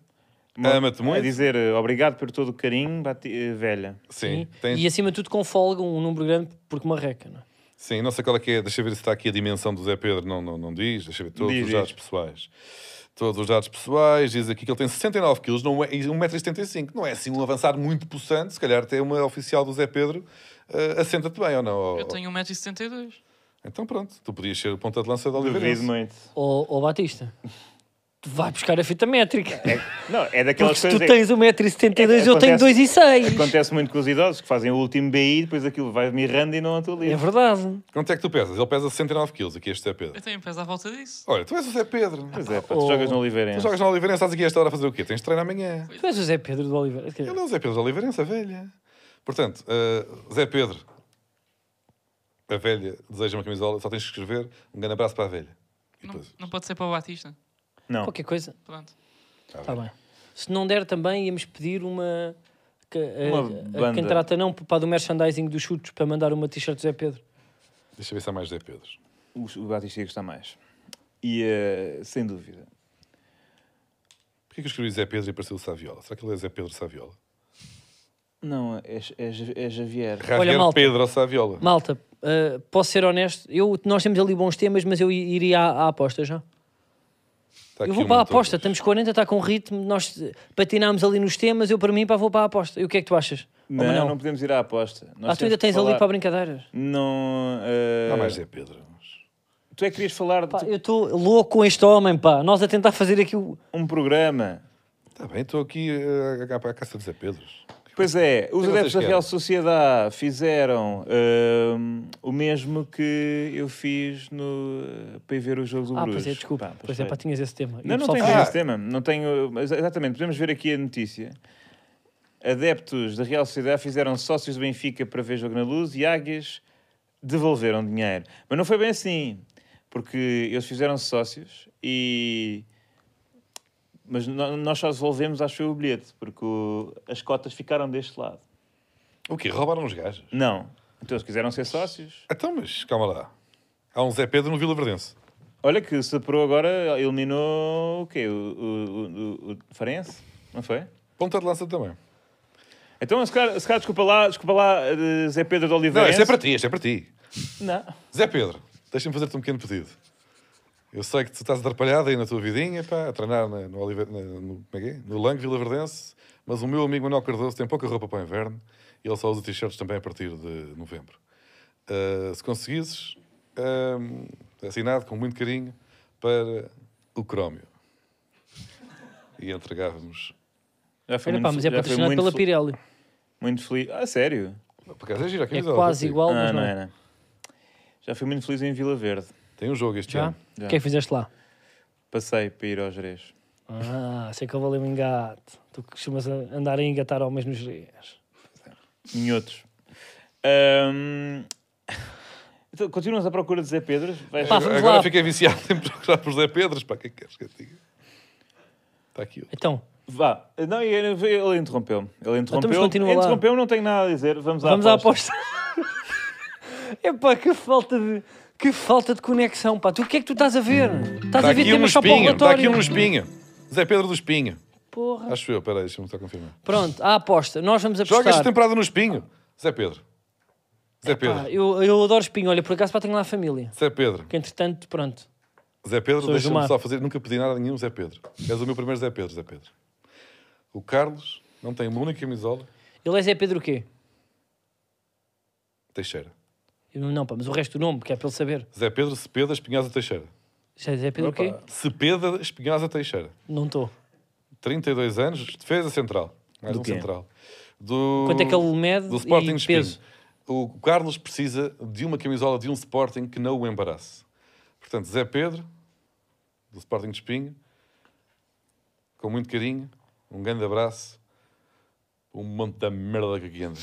[SPEAKER 3] Ama-te
[SPEAKER 1] A
[SPEAKER 3] Tá, muito.
[SPEAKER 1] dizer eh, obrigado por todo o carinho, bati- eh, velha.
[SPEAKER 3] Sim,
[SPEAKER 2] Sim.
[SPEAKER 3] tem-
[SPEAKER 2] E acima de tudo com folga, um número grande, porque uma reca, não é?
[SPEAKER 3] sim, não sei qual é que é. Deixa eu ver se está aqui a dimensão do Zé Pedro. Não, não, não diz. Deixa eu ver todos
[SPEAKER 1] Diz,
[SPEAKER 3] os dados
[SPEAKER 1] diz.
[SPEAKER 3] pessoais. Todos os dados pessoais. Diz aqui que ele tem 69 quilos não é, e 1,75m. Não é assim um avançar muito possante. Se calhar até uma oficial do Zé Pedro ah, assenta-te bem ou não? Ou-
[SPEAKER 4] Eu tenho 1,72m.
[SPEAKER 3] Então pronto, tu podias ser o ponta de lança de
[SPEAKER 1] Duvido
[SPEAKER 3] Oliveirense.
[SPEAKER 1] muito.
[SPEAKER 2] Ou, ou Batista. vai buscar a fita métrica.
[SPEAKER 1] Não, é
[SPEAKER 2] Porque
[SPEAKER 1] daquelas
[SPEAKER 2] se tu
[SPEAKER 1] coisas. É,
[SPEAKER 2] tens 1,72m, eu tenho
[SPEAKER 1] Acontece- É
[SPEAKER 2] 2,6m.
[SPEAKER 1] Acontece muito com os idosos que fazem o último BI e depois aquilo vai mirando e não
[SPEAKER 2] É
[SPEAKER 1] atualiza.
[SPEAKER 2] verdade.
[SPEAKER 3] Quanto é que tu pesas? Ele pesa 69 kg, aqui este é Pedro.
[SPEAKER 4] Eu tenho peso à volta disso.
[SPEAKER 3] Olha, tu és o Zé Pedro.
[SPEAKER 1] Pois é, pá,
[SPEAKER 2] Oh.
[SPEAKER 1] tu jogas no Oliveirense.
[SPEAKER 3] Tu jogas na Oliveirense, estás aqui a esta hora a fazer o quê? Tens de treinar amanhã.
[SPEAKER 2] Tu és o Zé Pedro do Oliveira. quer dizer,
[SPEAKER 3] Ele é o Zé Pedro da Oliveirense, a velha. Portanto, eh, Zé Pedro, a velha, deseja uma camisola, só tens que escrever um grande abraço para a velha. E
[SPEAKER 4] Não,
[SPEAKER 3] depois,
[SPEAKER 4] não pode ser para o Batista.
[SPEAKER 1] Não.
[SPEAKER 2] Qualquer coisa.
[SPEAKER 4] Pronto.
[SPEAKER 3] Tá
[SPEAKER 2] Está bem. Se não der também, íamos pedir uma. que- a-
[SPEAKER 1] Uma
[SPEAKER 2] a-
[SPEAKER 1] banda.
[SPEAKER 2] quem trata não, para do merchandising dos chutes, para mandar uma t-shirt do Zé Pedro.
[SPEAKER 3] deixa eu ver se há mais Zé Pedro.
[SPEAKER 1] O, o Batista ia gostar mais. E eh, sem dúvida.
[SPEAKER 3] Porquê que eu escrevi Zé Pedro e apareceu o Saviola? Será que ele é Zé Pedro Saviola?
[SPEAKER 1] Não, é, é, é Javier.
[SPEAKER 3] Javier
[SPEAKER 2] malta.
[SPEAKER 3] Pedro ou Saviola?
[SPEAKER 2] Malta, ah, posso ser honesto? Eu, nós temos ali bons temas, mas eu i- iria à, à aposta já.
[SPEAKER 3] Está
[SPEAKER 2] eu
[SPEAKER 3] aqui
[SPEAKER 2] vou
[SPEAKER 3] um
[SPEAKER 2] para a
[SPEAKER 3] montão.
[SPEAKER 2] aposta, estamos 40, está com ritmo, nós eh, patinámos ali nos temas, eu para mim pá, vou para a aposta. E o que é que tu achas? Ou
[SPEAKER 1] Não, não podemos ir à aposta. Nós
[SPEAKER 2] Ah, tu
[SPEAKER 1] temos
[SPEAKER 2] ainda
[SPEAKER 1] que
[SPEAKER 2] tens ali
[SPEAKER 1] falar-
[SPEAKER 2] para brincadeiras.
[SPEAKER 1] Não. eh,
[SPEAKER 3] Não é. há mais Zé Pedro.
[SPEAKER 1] Tu é que querias falar de
[SPEAKER 2] Pá, eu estou louco com este homem, pá. Nós a tentar fazer aqui o.
[SPEAKER 1] um programa.
[SPEAKER 3] Está bem, estou aqui eh, a, a, a caça de Zé Pedros.
[SPEAKER 1] Pois é, os
[SPEAKER 3] vocês
[SPEAKER 1] adeptos da
[SPEAKER 3] querem?
[SPEAKER 1] Real Sociedade fizeram hum, o mesmo que eu fiz no, eh, para ir ver os jogos do
[SPEAKER 2] Ah,
[SPEAKER 1] Bruges.
[SPEAKER 2] pois é, desculpa.
[SPEAKER 1] Pá, pois
[SPEAKER 2] pois é,
[SPEAKER 1] foi.
[SPEAKER 2] pá, tinhas esse tema. E
[SPEAKER 1] Não, não
[SPEAKER 2] o pessoal
[SPEAKER 1] tenho
[SPEAKER 2] fez-
[SPEAKER 3] Ah.
[SPEAKER 1] esse tema. Não tenho, mas, exatamente, podemos ver aqui a notícia. Adeptos da Real Sociedade fizeram sócios do Benfica para ver jogo na luz e águias devolveram dinheiro. Mas não foi bem assim, porque eles fizeram sócios e. Mas no- nós só devolvemos, acho eu, o bilhete, porque o- as cotas ficaram deste lado.
[SPEAKER 3] O quê? Roubaram os gajos?
[SPEAKER 1] Não. Então eles quiseram ser sócios.
[SPEAKER 3] Então, mas calma lá. Há um Zé Pedro no Vila Verdense.
[SPEAKER 1] Olha que o Sepro agora eliminou o quê? O, o, o, o Farense? Não foi?
[SPEAKER 3] Ponta de lança também.
[SPEAKER 1] Então, se calhar, se calhar, desculpa lá, desculpa lá, eh, Zé Pedro de Oliveira.
[SPEAKER 3] Não, isto é para ti, isto é para ti.
[SPEAKER 1] Não.
[SPEAKER 3] Zé Pedro, deixa-me fazer-te um pequeno pedido. Eu sei que tu estás atrapalhado aí na tua vidinha, pá, a treinar na- no, Oliver, na- no, como é que é? no Lang Vila Verdense, mas o meu amigo Manuel Cardoso tem pouca roupa para o inverno e ele só usa t-shirts também a partir de novembro. Ah, se conseguisses, ah, assinado com muito carinho para o Crómio. E entregávamos.
[SPEAKER 1] Já foi
[SPEAKER 2] Olha,
[SPEAKER 1] muito,
[SPEAKER 2] pá, mas é
[SPEAKER 1] já foi
[SPEAKER 2] patrocinado
[SPEAKER 1] muito
[SPEAKER 2] pela
[SPEAKER 1] fe-
[SPEAKER 2] Pirelli.
[SPEAKER 1] Muito feliz. Ah, sério?
[SPEAKER 3] Por acaso é gira a
[SPEAKER 2] É
[SPEAKER 3] camisola,
[SPEAKER 2] quase
[SPEAKER 3] contigo.
[SPEAKER 2] igual, mas
[SPEAKER 1] ah, não
[SPEAKER 2] não. é?
[SPEAKER 1] era. Já fui muito feliz em Vila Verde.
[SPEAKER 3] Tem um jogo este
[SPEAKER 2] Já?
[SPEAKER 3] ano.
[SPEAKER 1] Já.
[SPEAKER 2] O que é que fizeste lá?
[SPEAKER 1] Passei para ir aos Jerez.
[SPEAKER 2] Ah, sei que eu valeu um engate. Tu que costumas a- andar a engatar homens nos dias.
[SPEAKER 1] Minhotos. Ahm, Então, continuas à procura de Zé Pedro? Vais...
[SPEAKER 2] Pá, vamos
[SPEAKER 3] Agora
[SPEAKER 2] lá.
[SPEAKER 3] fiquei viciado em procurar por Zé Pedros, pá, o que é que queres que eu te diga? Está aqui outro.
[SPEAKER 2] Então,
[SPEAKER 1] Vá. Não, ele ele interrompeu-me. Ele
[SPEAKER 2] mas
[SPEAKER 1] interrompeu.
[SPEAKER 2] continua lá.
[SPEAKER 1] interrompeu não tenho nada a dizer. Vamos,
[SPEAKER 2] vamos à aposta. Epá, que falta de. Que falta de conexão, pá. Tu o que é que tu estás a ver? Estás
[SPEAKER 3] Está
[SPEAKER 2] a ver
[SPEAKER 3] aqui um
[SPEAKER 2] temas só para o
[SPEAKER 3] espinho, está aqui
[SPEAKER 2] relatório.
[SPEAKER 3] um espinho. Zé Pedro do Espinho.
[SPEAKER 2] Porra.
[SPEAKER 3] Acho eu, peraí, deixa-me só confirmar.
[SPEAKER 2] Pronto, à aposta. Nós vamos apostar.
[SPEAKER 3] Joga esta temporada no Espinho. Zé Pedro. Zé
[SPEAKER 2] Pá,
[SPEAKER 3] Pedro.
[SPEAKER 2] eu, eu adoro espinho. Olha, por acaso pá, tenho lá a família.
[SPEAKER 3] Zé Pedro.
[SPEAKER 2] Que entretanto, pronto.
[SPEAKER 3] Zé Pedro,
[SPEAKER 2] Pessoas do
[SPEAKER 3] deixa-me
[SPEAKER 2] mar.
[SPEAKER 3] só fazer. Nunca pedi nada a nenhum Zé Pedro. És o meu primeiro Zé Pedro, Zé Pedro. O Carlos não tem uma única camisola.
[SPEAKER 2] Ele é Zé Pedro o quê?
[SPEAKER 3] Teixeira.
[SPEAKER 2] Eu não- Não, pá, mas o resto do nome, que é para ele saber.
[SPEAKER 3] Zé Pedro, Cepeda, Espinhosa, Teixeira.
[SPEAKER 2] Já é Zé Pedro o quê?
[SPEAKER 3] Cepeda, Espinhosa, Teixeira.
[SPEAKER 2] Não estou.
[SPEAKER 3] 32 anos, defesa central. Mais
[SPEAKER 1] Do
[SPEAKER 3] um
[SPEAKER 1] quê?
[SPEAKER 3] central. Do,
[SPEAKER 2] Quanto é que ele mede
[SPEAKER 3] do Sporting
[SPEAKER 2] e
[SPEAKER 3] de Espinho.
[SPEAKER 2] peso?
[SPEAKER 3] O Carlos precisa de uma camisola de um Sporting que não o embarace. Portanto, Zé Pedro, do Sporting de Espinho, com muito carinho, um grande abraço, um monte da merda que aqui anda.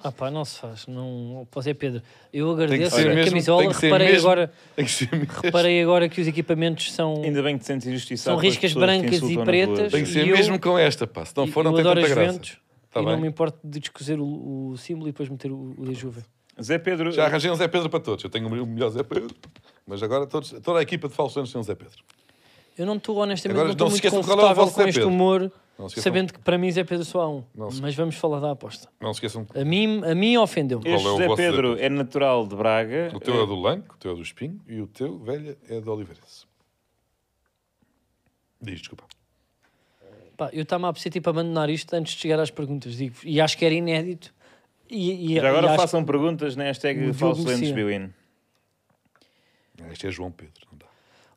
[SPEAKER 2] Ah pá, não se faz. Não... Pô, Zé Pedro, eu
[SPEAKER 3] Tem que
[SPEAKER 2] agradeço
[SPEAKER 3] ser
[SPEAKER 2] a
[SPEAKER 3] mesmo, tem
[SPEAKER 2] camisola.
[SPEAKER 3] que ser
[SPEAKER 2] Reparei
[SPEAKER 3] mesmo.
[SPEAKER 2] agora,
[SPEAKER 3] Tem que ser mesmo.
[SPEAKER 2] reparei agora que os equipamentos são...
[SPEAKER 1] Ainda bem que te sentes injustiçado.
[SPEAKER 2] São
[SPEAKER 1] com as pessoas
[SPEAKER 2] riscas
[SPEAKER 1] que te
[SPEAKER 2] brancas e
[SPEAKER 1] insultam na
[SPEAKER 2] pretas.
[SPEAKER 1] rua.
[SPEAKER 3] Tem que ser
[SPEAKER 2] E eu-
[SPEAKER 3] mesmo com esta, pá. Se não for, não
[SPEAKER 2] eu
[SPEAKER 3] tem
[SPEAKER 2] adoro
[SPEAKER 3] tanta
[SPEAKER 2] as
[SPEAKER 3] graça.
[SPEAKER 2] Juventus
[SPEAKER 3] Tá
[SPEAKER 2] e
[SPEAKER 3] bem.
[SPEAKER 2] não me importo de descozer o, o símbolo e depois meter o, o da Juve.
[SPEAKER 1] Zé Pedro.
[SPEAKER 3] Já arranjei um Zé Pedro para todos. Eu tenho o melhor Zé Pedro. Mas agora todos, toda a equipa de falsos tem um Zé Pedro.
[SPEAKER 2] Eu não estou, honestamente,
[SPEAKER 3] Agora,
[SPEAKER 2] não estou
[SPEAKER 3] não se
[SPEAKER 2] muito
[SPEAKER 3] esqueçam qual é o
[SPEAKER 2] confortável
[SPEAKER 3] vosso
[SPEAKER 2] com
[SPEAKER 3] Zé
[SPEAKER 2] este
[SPEAKER 3] Pedro.
[SPEAKER 2] humor,
[SPEAKER 3] Não se esqueçam-
[SPEAKER 2] sabendo que para mim Zé Pedro só há um.
[SPEAKER 3] Não se-
[SPEAKER 2] Mas vamos falar da aposta.
[SPEAKER 3] Não se esqueçam
[SPEAKER 2] A mim, a mim ofendeu-me.
[SPEAKER 1] Este
[SPEAKER 3] Qual é o
[SPEAKER 1] Zé
[SPEAKER 3] vosso Zé
[SPEAKER 1] Pedro
[SPEAKER 3] Pedro?
[SPEAKER 1] é natural de Braga. Eh,
[SPEAKER 3] O teu é do Lanco, o teu é do Espinho e o teu, velha, é do Oliveirense. Diz, desculpa.
[SPEAKER 2] Pá, eu estava a precisar tipo, abandonar isto antes de chegar às perguntas, digo E acho que era inédito. E, e-
[SPEAKER 1] Já agora
[SPEAKER 2] e acho-
[SPEAKER 1] façam perguntas na
[SPEAKER 2] O
[SPEAKER 1] hashtag
[SPEAKER 2] Diogo
[SPEAKER 1] Falso Lentes
[SPEAKER 2] Messias.
[SPEAKER 1] Biwin.
[SPEAKER 3] Ah, Este é João Pedro, não dá.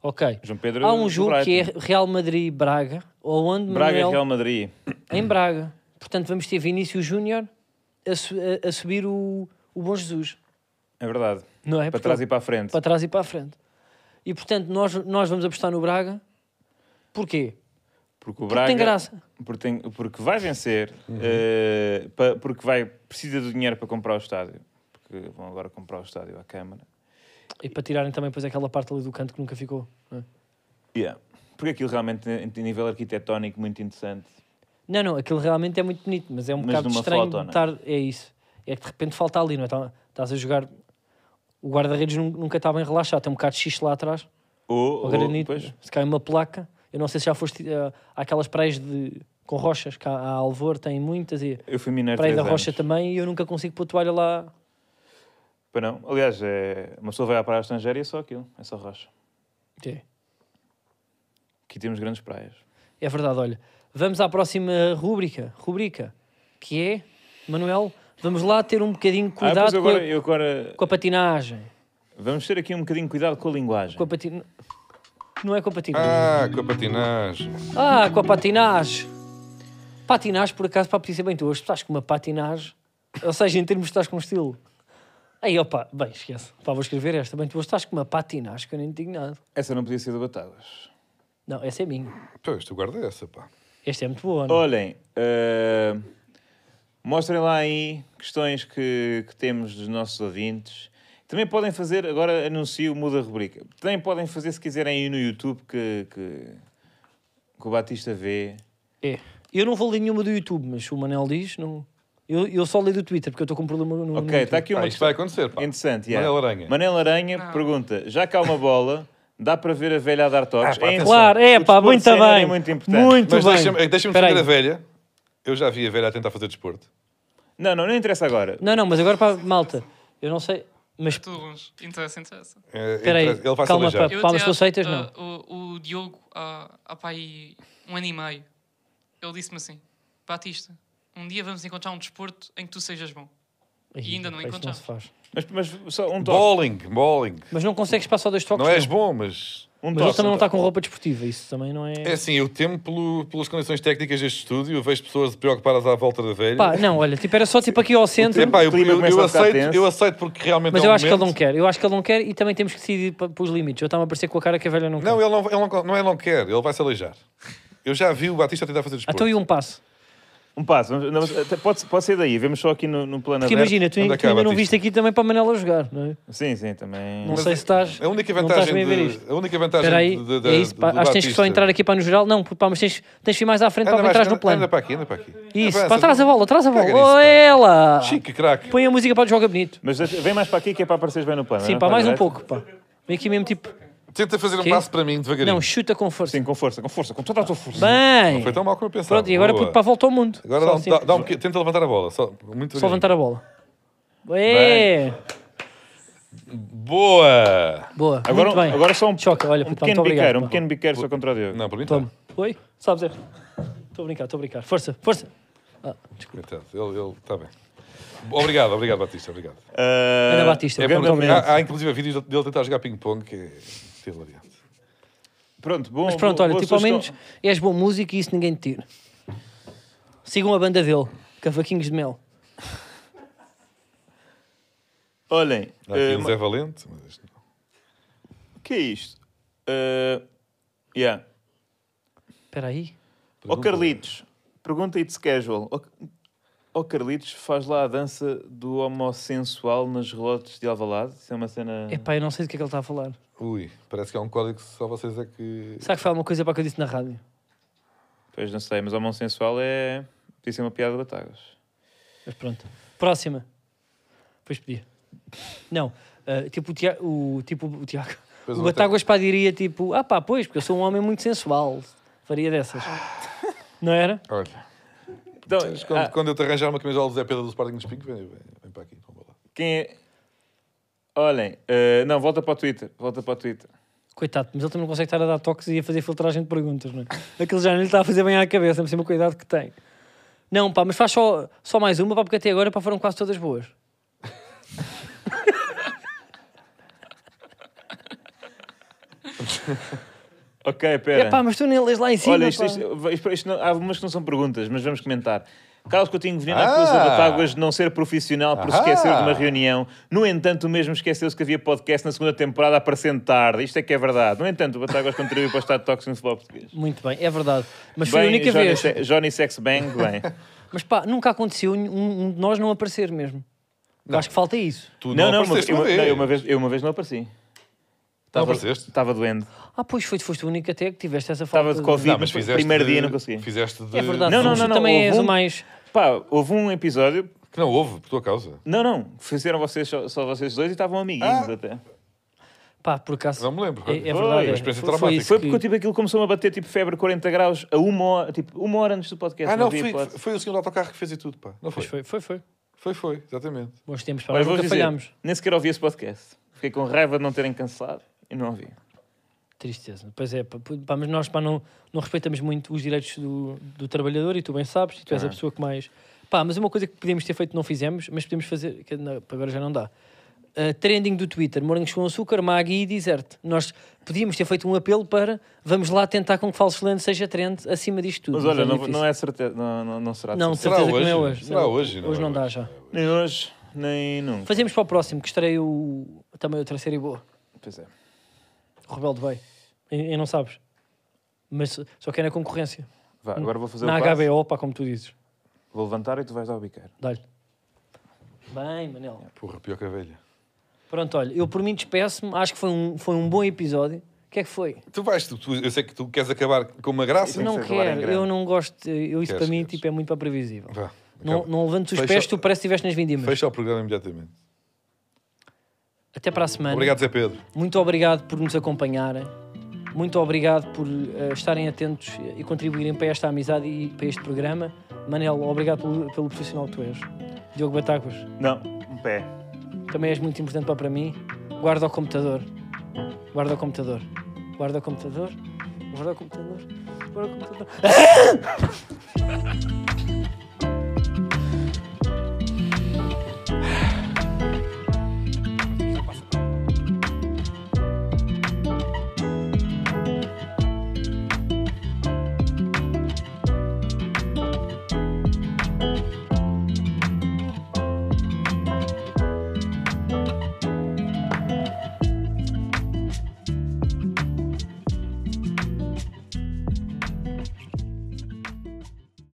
[SPEAKER 2] Ok.
[SPEAKER 1] João Pedro
[SPEAKER 2] Há um
[SPEAKER 1] do
[SPEAKER 2] jogo que é
[SPEAKER 1] Brighton.
[SPEAKER 2] Real Madrid-Braga, ou onde
[SPEAKER 1] Braga e
[SPEAKER 2] Manuel
[SPEAKER 1] Real Madrid.
[SPEAKER 2] em Braga. Portanto, vamos ter Vinícius Júnior a, su- a- a subir o, o Bom Jesus,
[SPEAKER 1] É verdade.
[SPEAKER 2] não é?
[SPEAKER 1] Para
[SPEAKER 2] Porque
[SPEAKER 1] trás
[SPEAKER 2] ele-
[SPEAKER 1] e para a frente.
[SPEAKER 2] para trás e para a frente. E portanto, nós, nós vamos apostar no Braga. Porquê?
[SPEAKER 1] Porque o
[SPEAKER 2] Porque
[SPEAKER 1] Braga.
[SPEAKER 2] tem graça. Uhum.
[SPEAKER 1] Porque, tem- porque vai vencer, eh, pa- porque vai, precisa do dinheiro para comprar o estádio. Porque vão agora comprar o estádio à Câmara.
[SPEAKER 2] E para tirarem também depois aquela parte ali do canto que nunca ficou. não é?
[SPEAKER 1] Yeah. Porque aquilo realmente tem tem um nível arquitetónico muito interessante.
[SPEAKER 2] Não, não, aquilo realmente é muito bonito, mas é um
[SPEAKER 1] Mas
[SPEAKER 2] bocado
[SPEAKER 1] numa
[SPEAKER 2] estranho
[SPEAKER 1] foto, não é?
[SPEAKER 2] estar. É isso. É que de repente falta ali, não é? Tá- Estás a jogar. O guarda-redes nun- nunca está bem relaxado, tem um bocado de xixi lá atrás,
[SPEAKER 1] Ou,
[SPEAKER 2] ou
[SPEAKER 1] ou
[SPEAKER 2] granito,
[SPEAKER 1] Oh, pois,
[SPEAKER 2] se cai uma placa. Eu não sei se já foste eh, àquelas praias de, com rochas, que há, há Alvor, tem muitas, e
[SPEAKER 1] eu fui mineiro
[SPEAKER 2] Praia
[SPEAKER 1] três
[SPEAKER 2] da Rocha
[SPEAKER 1] anos.
[SPEAKER 2] também, e eu nunca consigo pôr toalha lá.
[SPEAKER 1] Pois não. Aliás, é, uma pessoa vai à praia estrangeira e é só aquilo, é só rocha.
[SPEAKER 2] É.
[SPEAKER 1] Aqui temos grandes praias. Ah,
[SPEAKER 2] É verdade, olha. Vamos à próxima rúbrica, rubrica, que é, Manuel, vamos lá ter um bocadinho de
[SPEAKER 1] ah,
[SPEAKER 2] cuidado
[SPEAKER 1] pois agora,
[SPEAKER 2] com, a,
[SPEAKER 1] eu agora.
[SPEAKER 2] com a patinagem.
[SPEAKER 1] Vamos ter aqui um bocadinho de cuidado com a linguagem.
[SPEAKER 2] Com a patin... Não é com a patinagem.
[SPEAKER 3] Ah, com a patinagem.
[SPEAKER 2] Ah, com a patinagem. Patinagem, por acaso, para dizer bem, tu hoje estás com uma patinagem. Ou seja, em termos de estás com estilo. Aí, opa, bem, esquece. Pá, vou escrever esta. Bem, tu hoje estás com uma patinagem que eu nem digo nada.
[SPEAKER 1] Essa não podia ser do Batagas.
[SPEAKER 2] Não, essa é minha.
[SPEAKER 3] Pois, tu guarda essa, pá.
[SPEAKER 2] Esta é muito boa, não é?
[SPEAKER 1] Olhem, eh, mostrem lá aí questões que, que temos dos nossos ouvintes. Também podem fazer, agora anuncio, muda a rubrica. Também podem fazer, se quiserem, aí no YouTube que, que, que o Batista vê.
[SPEAKER 2] É. Eu não vou ler nenhuma do YouTube, mas o Manel diz, não... Eu, eu só leio do Twitter, porque eu estou com um problema no... no
[SPEAKER 1] Ok, está
[SPEAKER 2] YouTube.
[SPEAKER 1] aqui uma
[SPEAKER 3] Ah, isto vai acontecer, pá.
[SPEAKER 1] interessante. yeah.
[SPEAKER 3] Manel Aranha.
[SPEAKER 1] Manel Aranha
[SPEAKER 4] Não.
[SPEAKER 1] pergunta, já que há uma bola, dá para ver a velha a dar toques?
[SPEAKER 3] Ah, pá,
[SPEAKER 1] interessante.
[SPEAKER 2] Claro, é,
[SPEAKER 1] O
[SPEAKER 2] pá,
[SPEAKER 1] desporto
[SPEAKER 2] muito
[SPEAKER 1] sénior
[SPEAKER 2] bem.
[SPEAKER 1] É muito importante.
[SPEAKER 3] Mas
[SPEAKER 2] bem.
[SPEAKER 3] deixa-me deixa
[SPEAKER 2] Espera aí.
[SPEAKER 3] defender a velha. Eu já vi a velha a tentar fazer desporto.
[SPEAKER 1] Não, não, não interessa agora.
[SPEAKER 2] Não, não, mas agora para malta, eu não sei, mas
[SPEAKER 4] Tudo longe. Interessa, interessa.
[SPEAKER 3] É,
[SPEAKER 2] Espera aí,
[SPEAKER 3] ele vai se
[SPEAKER 2] calma,
[SPEAKER 3] aleijar.
[SPEAKER 2] pá. Palmas
[SPEAKER 4] até
[SPEAKER 2] tu
[SPEAKER 4] acho-
[SPEAKER 2] aceitas, não?
[SPEAKER 4] ah, o, o Diogo, há, há pá aí um ano e meio, ele disse-me assim: Batista, um dia vamos encontrar um desporto em que tu sejas bom. E ainda não
[SPEAKER 2] Ih, pá, isso
[SPEAKER 4] encontramos.
[SPEAKER 2] se faz.
[SPEAKER 1] Mas, mas só um toque.
[SPEAKER 3] Bowling, bowling.
[SPEAKER 2] Mas não consegues passar dois toques.
[SPEAKER 3] Não és
[SPEAKER 2] não.
[SPEAKER 3] bom, mas... tá
[SPEAKER 1] Um
[SPEAKER 2] Mas ele
[SPEAKER 1] toque.
[SPEAKER 2] também
[SPEAKER 1] um
[SPEAKER 2] não está
[SPEAKER 1] toque.
[SPEAKER 2] com roupa desportiva, isso também não é.
[SPEAKER 3] É assim, eu temo pelo- pelas condições técnicas deste estúdio. Eu vejo pessoas preocupadas à volta da velha.
[SPEAKER 2] Pá, não, olha, tipo, era só tipo aqui ao centro,
[SPEAKER 3] É pá, eu,
[SPEAKER 1] O clima
[SPEAKER 3] eu- eu
[SPEAKER 1] começa a ficar
[SPEAKER 3] aceito,
[SPEAKER 1] tenso.
[SPEAKER 3] eu aceito porque realmente
[SPEAKER 2] mas
[SPEAKER 3] é um
[SPEAKER 2] eu acho que ele não
[SPEAKER 3] momento-
[SPEAKER 2] quer. Eu acho que ele não quer e também temos que decidir pa- para os limites. Eu estava a parecer com a cara que a velha não quer.
[SPEAKER 3] Não, ele não, ele não, não, é não quer, ele vai se aleijar. Eu já vi o Batista tentar fazer
[SPEAKER 2] Ah,
[SPEAKER 3] desporto.
[SPEAKER 2] então e um passo.
[SPEAKER 1] Um passo. vamos- não, mas até pode, pode ser daí. Vemos só aqui no, no plano
[SPEAKER 2] Porque
[SPEAKER 1] aberto.
[SPEAKER 2] imagina, tu,
[SPEAKER 3] Anda
[SPEAKER 2] tu
[SPEAKER 3] cá,
[SPEAKER 2] ainda não
[SPEAKER 3] Batista.
[SPEAKER 2] viste aqui também para a Manela jogar, não é?
[SPEAKER 1] Sim, sim, também.
[SPEAKER 2] Não
[SPEAKER 3] Mas é
[SPEAKER 2] sei se estás.
[SPEAKER 3] A única
[SPEAKER 2] não estás bem
[SPEAKER 3] vantagem,
[SPEAKER 2] a ver
[SPEAKER 3] de-
[SPEAKER 2] isto.
[SPEAKER 3] a única vantagem
[SPEAKER 2] Espera aí,
[SPEAKER 3] de- de- de-
[SPEAKER 2] é isso,
[SPEAKER 3] do
[SPEAKER 2] pá, acho que tens que só
[SPEAKER 3] Batista-
[SPEAKER 2] entrar aqui para no geral. Não, pá, mas tens, tens que ir mais à frente
[SPEAKER 3] Anda
[SPEAKER 2] para
[SPEAKER 3] mais-
[SPEAKER 2] entrar no
[SPEAKER 3] anda-
[SPEAKER 2] plano.
[SPEAKER 3] Anda para aqui, anda para aqui.
[SPEAKER 2] Isso,
[SPEAKER 3] Avança,
[SPEAKER 2] pá, traz a bola, traz a bola.
[SPEAKER 3] Caga nisso,
[SPEAKER 2] Oh,
[SPEAKER 3] pá.
[SPEAKER 2] ela!
[SPEAKER 3] Chique, craque.
[SPEAKER 2] Põe a música para os joga bonito.
[SPEAKER 1] Mas deixa- vem mais para aqui que é para apareceres bem no plano.
[SPEAKER 2] Sim,
[SPEAKER 1] não é?
[SPEAKER 2] pá, mais um
[SPEAKER 1] direto?
[SPEAKER 2] pouco, pá. Vem aqui mesmo tipo.
[SPEAKER 3] Tenta fazer um
[SPEAKER 2] Quê?
[SPEAKER 3] passo para mim, devagarinho.
[SPEAKER 2] Não,
[SPEAKER 3] Não,
[SPEAKER 2] chuta com força.
[SPEAKER 1] Sim, com força, com força, com toda a tua força.
[SPEAKER 2] Bem!
[SPEAKER 3] foi tão mal como eu pensava.
[SPEAKER 2] Pronto, e agora
[SPEAKER 3] Boa.
[SPEAKER 2] puto, para a volta ao mundo.
[SPEAKER 3] Agora
[SPEAKER 2] só,
[SPEAKER 3] dá um-
[SPEAKER 2] assim,
[SPEAKER 3] dá- dá um bocadinho- tenta levantar a bola, só, muito
[SPEAKER 2] só
[SPEAKER 3] devagarinho.
[SPEAKER 2] levantar a bola. É!
[SPEAKER 3] Boa!
[SPEAKER 2] Boa,
[SPEAKER 1] Agora,
[SPEAKER 2] muito bem.
[SPEAKER 1] agora só um,
[SPEAKER 2] Choca, olha,
[SPEAKER 1] um
[SPEAKER 2] puto,
[SPEAKER 1] pequeno
[SPEAKER 2] muito obrigado,
[SPEAKER 1] biqueiro, um
[SPEAKER 2] pá.
[SPEAKER 1] pequeno biqueiro só contra o Diogo.
[SPEAKER 3] Não, para mim tá.
[SPEAKER 2] Toma.
[SPEAKER 3] está.
[SPEAKER 2] Oi? Sabes, é? Estou a brincar, estou a brincar. Força, força. Ah, desculpa.
[SPEAKER 3] Coitado, ele ele está bem. Obrigado, obrigado, Batista, obrigado. É
[SPEAKER 1] Ah,
[SPEAKER 2] Ana Batista,
[SPEAKER 1] é
[SPEAKER 2] muito
[SPEAKER 1] grande
[SPEAKER 2] obrigado.
[SPEAKER 1] momento.
[SPEAKER 3] Há, há inclusive vídeos dele tentar jogar ping-pong, que é hilariante.
[SPEAKER 1] Pronto, bom.
[SPEAKER 2] Mas pronto,
[SPEAKER 1] boa-
[SPEAKER 2] olha,
[SPEAKER 1] boa
[SPEAKER 2] tipo, ao
[SPEAKER 1] sugestão.
[SPEAKER 2] menos és boa música e isso ninguém te tira. Sigam a banda dele, Cavaquinhos de Mel.
[SPEAKER 1] Olhem,
[SPEAKER 3] Há aqui um
[SPEAKER 1] ah,
[SPEAKER 3] o
[SPEAKER 1] ma-
[SPEAKER 3] Zé Valente, mas...
[SPEAKER 1] o que é isto? Ah, yeah.
[SPEAKER 2] Espera aí.
[SPEAKER 1] Ó Carlitos, pergunta aí de casual. Ó ó Carlitos, faz lá a dança do homossensual nas relotes de Alvalade? Isso é uma cena...
[SPEAKER 2] Epá, eu não sei do que é que ele está a falar.
[SPEAKER 3] Ui, parece que há um código que só vocês é que.
[SPEAKER 2] Será que foi alguma coisa para que eu disse na rádio?
[SPEAKER 1] Pois não sei, mas homossensual é... Podia ser uma piada de batagas.
[SPEAKER 2] Mas pronto. Próxima. Depois podia. Não. ah, tipo o Tiago. O, tipo, o Tiago.
[SPEAKER 3] Pois
[SPEAKER 2] o
[SPEAKER 3] o
[SPEAKER 2] Batáguas pá diria tipo: Ah pá, pois, porque eu sou um homem muito sensual. Faria dessas.
[SPEAKER 1] Ah.
[SPEAKER 2] Não era?
[SPEAKER 3] Olha,
[SPEAKER 1] Então,
[SPEAKER 3] mas quando,
[SPEAKER 1] ah,
[SPEAKER 3] quando eu te arranjar uma camisola do Zé Pedro do Sporting de Espinho, vem, vem, vem para aqui. Vamos lá.
[SPEAKER 1] quem é... Olhem, ah, não, volta para o Twitter, volta para o Twitter.
[SPEAKER 2] Coitado, mas ele também não consegue estar a dar toques e a fazer filtragem de perguntas, não é? Aquilo já não lhe está a fazer bem à cabeça, mas sempre o cuidado que tem. Não, pá, mas faz só, só mais uma, pá, porque até agora pá, foram quase todas boas.
[SPEAKER 1] Ok, pera.
[SPEAKER 2] É pá, mas tu nem lês lá em cima.
[SPEAKER 1] Olha, isto,
[SPEAKER 2] pá.
[SPEAKER 1] isto- isto- isto não- há algumas que não são perguntas, mas vamos comentar. Carlos Coutinho Veneno
[SPEAKER 3] Ah!
[SPEAKER 1] acusa Batáguas de não ser profissional por se
[SPEAKER 3] Ah!
[SPEAKER 1] esquecer de uma reunião. No entanto, o mesmo esqueceu-se que havia podcast na segunda temporada aparecendo tarde. Isto é que é verdade. No entanto, o Batáguas contribuiu para o estado tóxico no futebol português.
[SPEAKER 2] Muito bem, é verdade. Mas foi a
[SPEAKER 1] Bem, é-
[SPEAKER 2] única
[SPEAKER 1] Johnny,
[SPEAKER 2] vez.
[SPEAKER 1] Se- Johnny Sex Bang, bem.
[SPEAKER 2] Mas pá, nunca aconteceu um, um de nós não aparecer mesmo. Eu Acho que falta isso.
[SPEAKER 3] Tu
[SPEAKER 1] não,
[SPEAKER 3] não,
[SPEAKER 1] não, uma,
[SPEAKER 3] apareceste
[SPEAKER 1] eu,
[SPEAKER 3] uma
[SPEAKER 1] não,
[SPEAKER 3] vez.
[SPEAKER 1] eu uma vez, eu uma vez não apareci.
[SPEAKER 3] Não
[SPEAKER 1] Estava-
[SPEAKER 3] apareceste?
[SPEAKER 1] Estava doente.
[SPEAKER 2] Ah, pois foi, foste o único até que tiveste essa falta.
[SPEAKER 1] Estava de Covid,
[SPEAKER 3] Não,
[SPEAKER 1] mas,
[SPEAKER 3] mas fizeste
[SPEAKER 1] primeiro
[SPEAKER 3] de-
[SPEAKER 1] dia não consegui.
[SPEAKER 3] Fizeste de...
[SPEAKER 2] É verdade,
[SPEAKER 1] Não, não,
[SPEAKER 2] não, não,
[SPEAKER 1] não, não,
[SPEAKER 2] também
[SPEAKER 1] houve
[SPEAKER 2] és
[SPEAKER 1] um-
[SPEAKER 2] o mais.
[SPEAKER 1] Pá, houve um episódio
[SPEAKER 3] Que não houve, por tua causa.
[SPEAKER 1] Não, não. Fizeram vocês, só, só vocês dois e estavam amiguinhos
[SPEAKER 3] Ah.
[SPEAKER 1] até.
[SPEAKER 2] Pá, por acaso.
[SPEAKER 3] Não me lembro.
[SPEAKER 2] É, é
[SPEAKER 1] Foi,
[SPEAKER 2] verdade.
[SPEAKER 1] uma
[SPEAKER 2] é. Foi-
[SPEAKER 3] experiência traumática.
[SPEAKER 2] Foi, isso
[SPEAKER 1] Foi
[SPEAKER 2] que-
[SPEAKER 1] porque tipo, aquilo começou a bater tipo febre 40 graus a uma hora, tipo, uma hora antes do podcast.
[SPEAKER 3] Ah, não,
[SPEAKER 1] havia
[SPEAKER 3] foi,
[SPEAKER 1] hipótese.
[SPEAKER 3] foi o senhor do autocarro que fez e tudo, pá. Não foi?
[SPEAKER 2] Pois
[SPEAKER 3] Foi,
[SPEAKER 2] foi, foi, foi.
[SPEAKER 3] foi, exatamente.
[SPEAKER 2] Bons tempos, pá,
[SPEAKER 1] Olha,
[SPEAKER 2] nós
[SPEAKER 1] vou
[SPEAKER 2] nunca
[SPEAKER 1] dizer,
[SPEAKER 2] falhámos.
[SPEAKER 1] nem sequer ouvi esse podcast. Fiquei com raiva de não terem cancelado e não ouvi.
[SPEAKER 2] Tristeza. Pois é, pá, pá, mas nós pá, não, não respeitamos muito os direitos do, do trabalhador e tu bem sabes, e tu és a
[SPEAKER 1] Ah.
[SPEAKER 2] pessoa que mais. Pá, mas uma coisa que podíamos ter feito não fizemos, mas podemos fazer, que não, agora já não dá. Uh, trending do Twitter, morangos com açúcar, Maggi e deserto. Nós podíamos ter feito um apelo para vamos lá tentar com que Falso Lento seja trend acima disto tudo.
[SPEAKER 1] Mas olha,
[SPEAKER 2] é
[SPEAKER 1] não,
[SPEAKER 2] difícil.
[SPEAKER 1] não é certeza, não, não, não será de
[SPEAKER 2] Não, de
[SPEAKER 1] certeza.
[SPEAKER 3] Será
[SPEAKER 2] certeza que não é
[SPEAKER 3] hoje?
[SPEAKER 2] hoje.
[SPEAKER 3] Será hoje, não
[SPEAKER 2] Hoje
[SPEAKER 3] é
[SPEAKER 2] não dá
[SPEAKER 3] hoje.
[SPEAKER 2] já.
[SPEAKER 1] Nem hoje, nem nunca.
[SPEAKER 2] Fazemos para o próximo, que estarei o... também outra série boa.
[SPEAKER 1] Pois é.
[SPEAKER 2] Rebelde Bay. E, e não sabes. Mas só- só quer na concorrência.
[SPEAKER 1] Vá, agora vou fazer
[SPEAKER 2] na
[SPEAKER 1] o passo.
[SPEAKER 2] HBO, pá, como tu dizes.
[SPEAKER 1] Vou levantar e tu vais dar o biqueiro.
[SPEAKER 2] Dá-lhe. Bem, Manel.
[SPEAKER 3] Porra, pior que a velha.
[SPEAKER 2] Pronto, olha, eu por mim despeço-me. Acho que foi um, foi um bom episódio. O que é que foi?
[SPEAKER 3] Tu vais, tu- tu- eu sei que tu queres acabar com uma graça.
[SPEAKER 1] Tem que
[SPEAKER 2] não
[SPEAKER 1] ser agora em
[SPEAKER 2] quero,
[SPEAKER 1] grande.
[SPEAKER 2] eu não gosto. Eu, isso
[SPEAKER 3] Queres,
[SPEAKER 2] para mim
[SPEAKER 3] queres.
[SPEAKER 2] tipo, é muito para previsível.
[SPEAKER 3] Vá,
[SPEAKER 2] Não,
[SPEAKER 3] acaba.
[SPEAKER 2] não levantes os
[SPEAKER 3] Fecha-
[SPEAKER 2] pés, tu parece que estiveste nas vindimas.
[SPEAKER 3] Fecha o programa imediatamente.
[SPEAKER 2] Até para a semana.
[SPEAKER 3] Obrigado, Zé Pedro.
[SPEAKER 2] Muito obrigado por nos acompanharem. Muito obrigado por eh, estarem atentos e contribuírem para esta amizade e para este programa. Manel, obrigado pelo, pelo profissional que tu és. Diogo Batáguas,
[SPEAKER 1] Não, um pé.
[SPEAKER 2] também és muito importante para- para mim. Guarda o computador. Guarda o computador. Guarda o computador. Guarda o computador. Guarda o computador.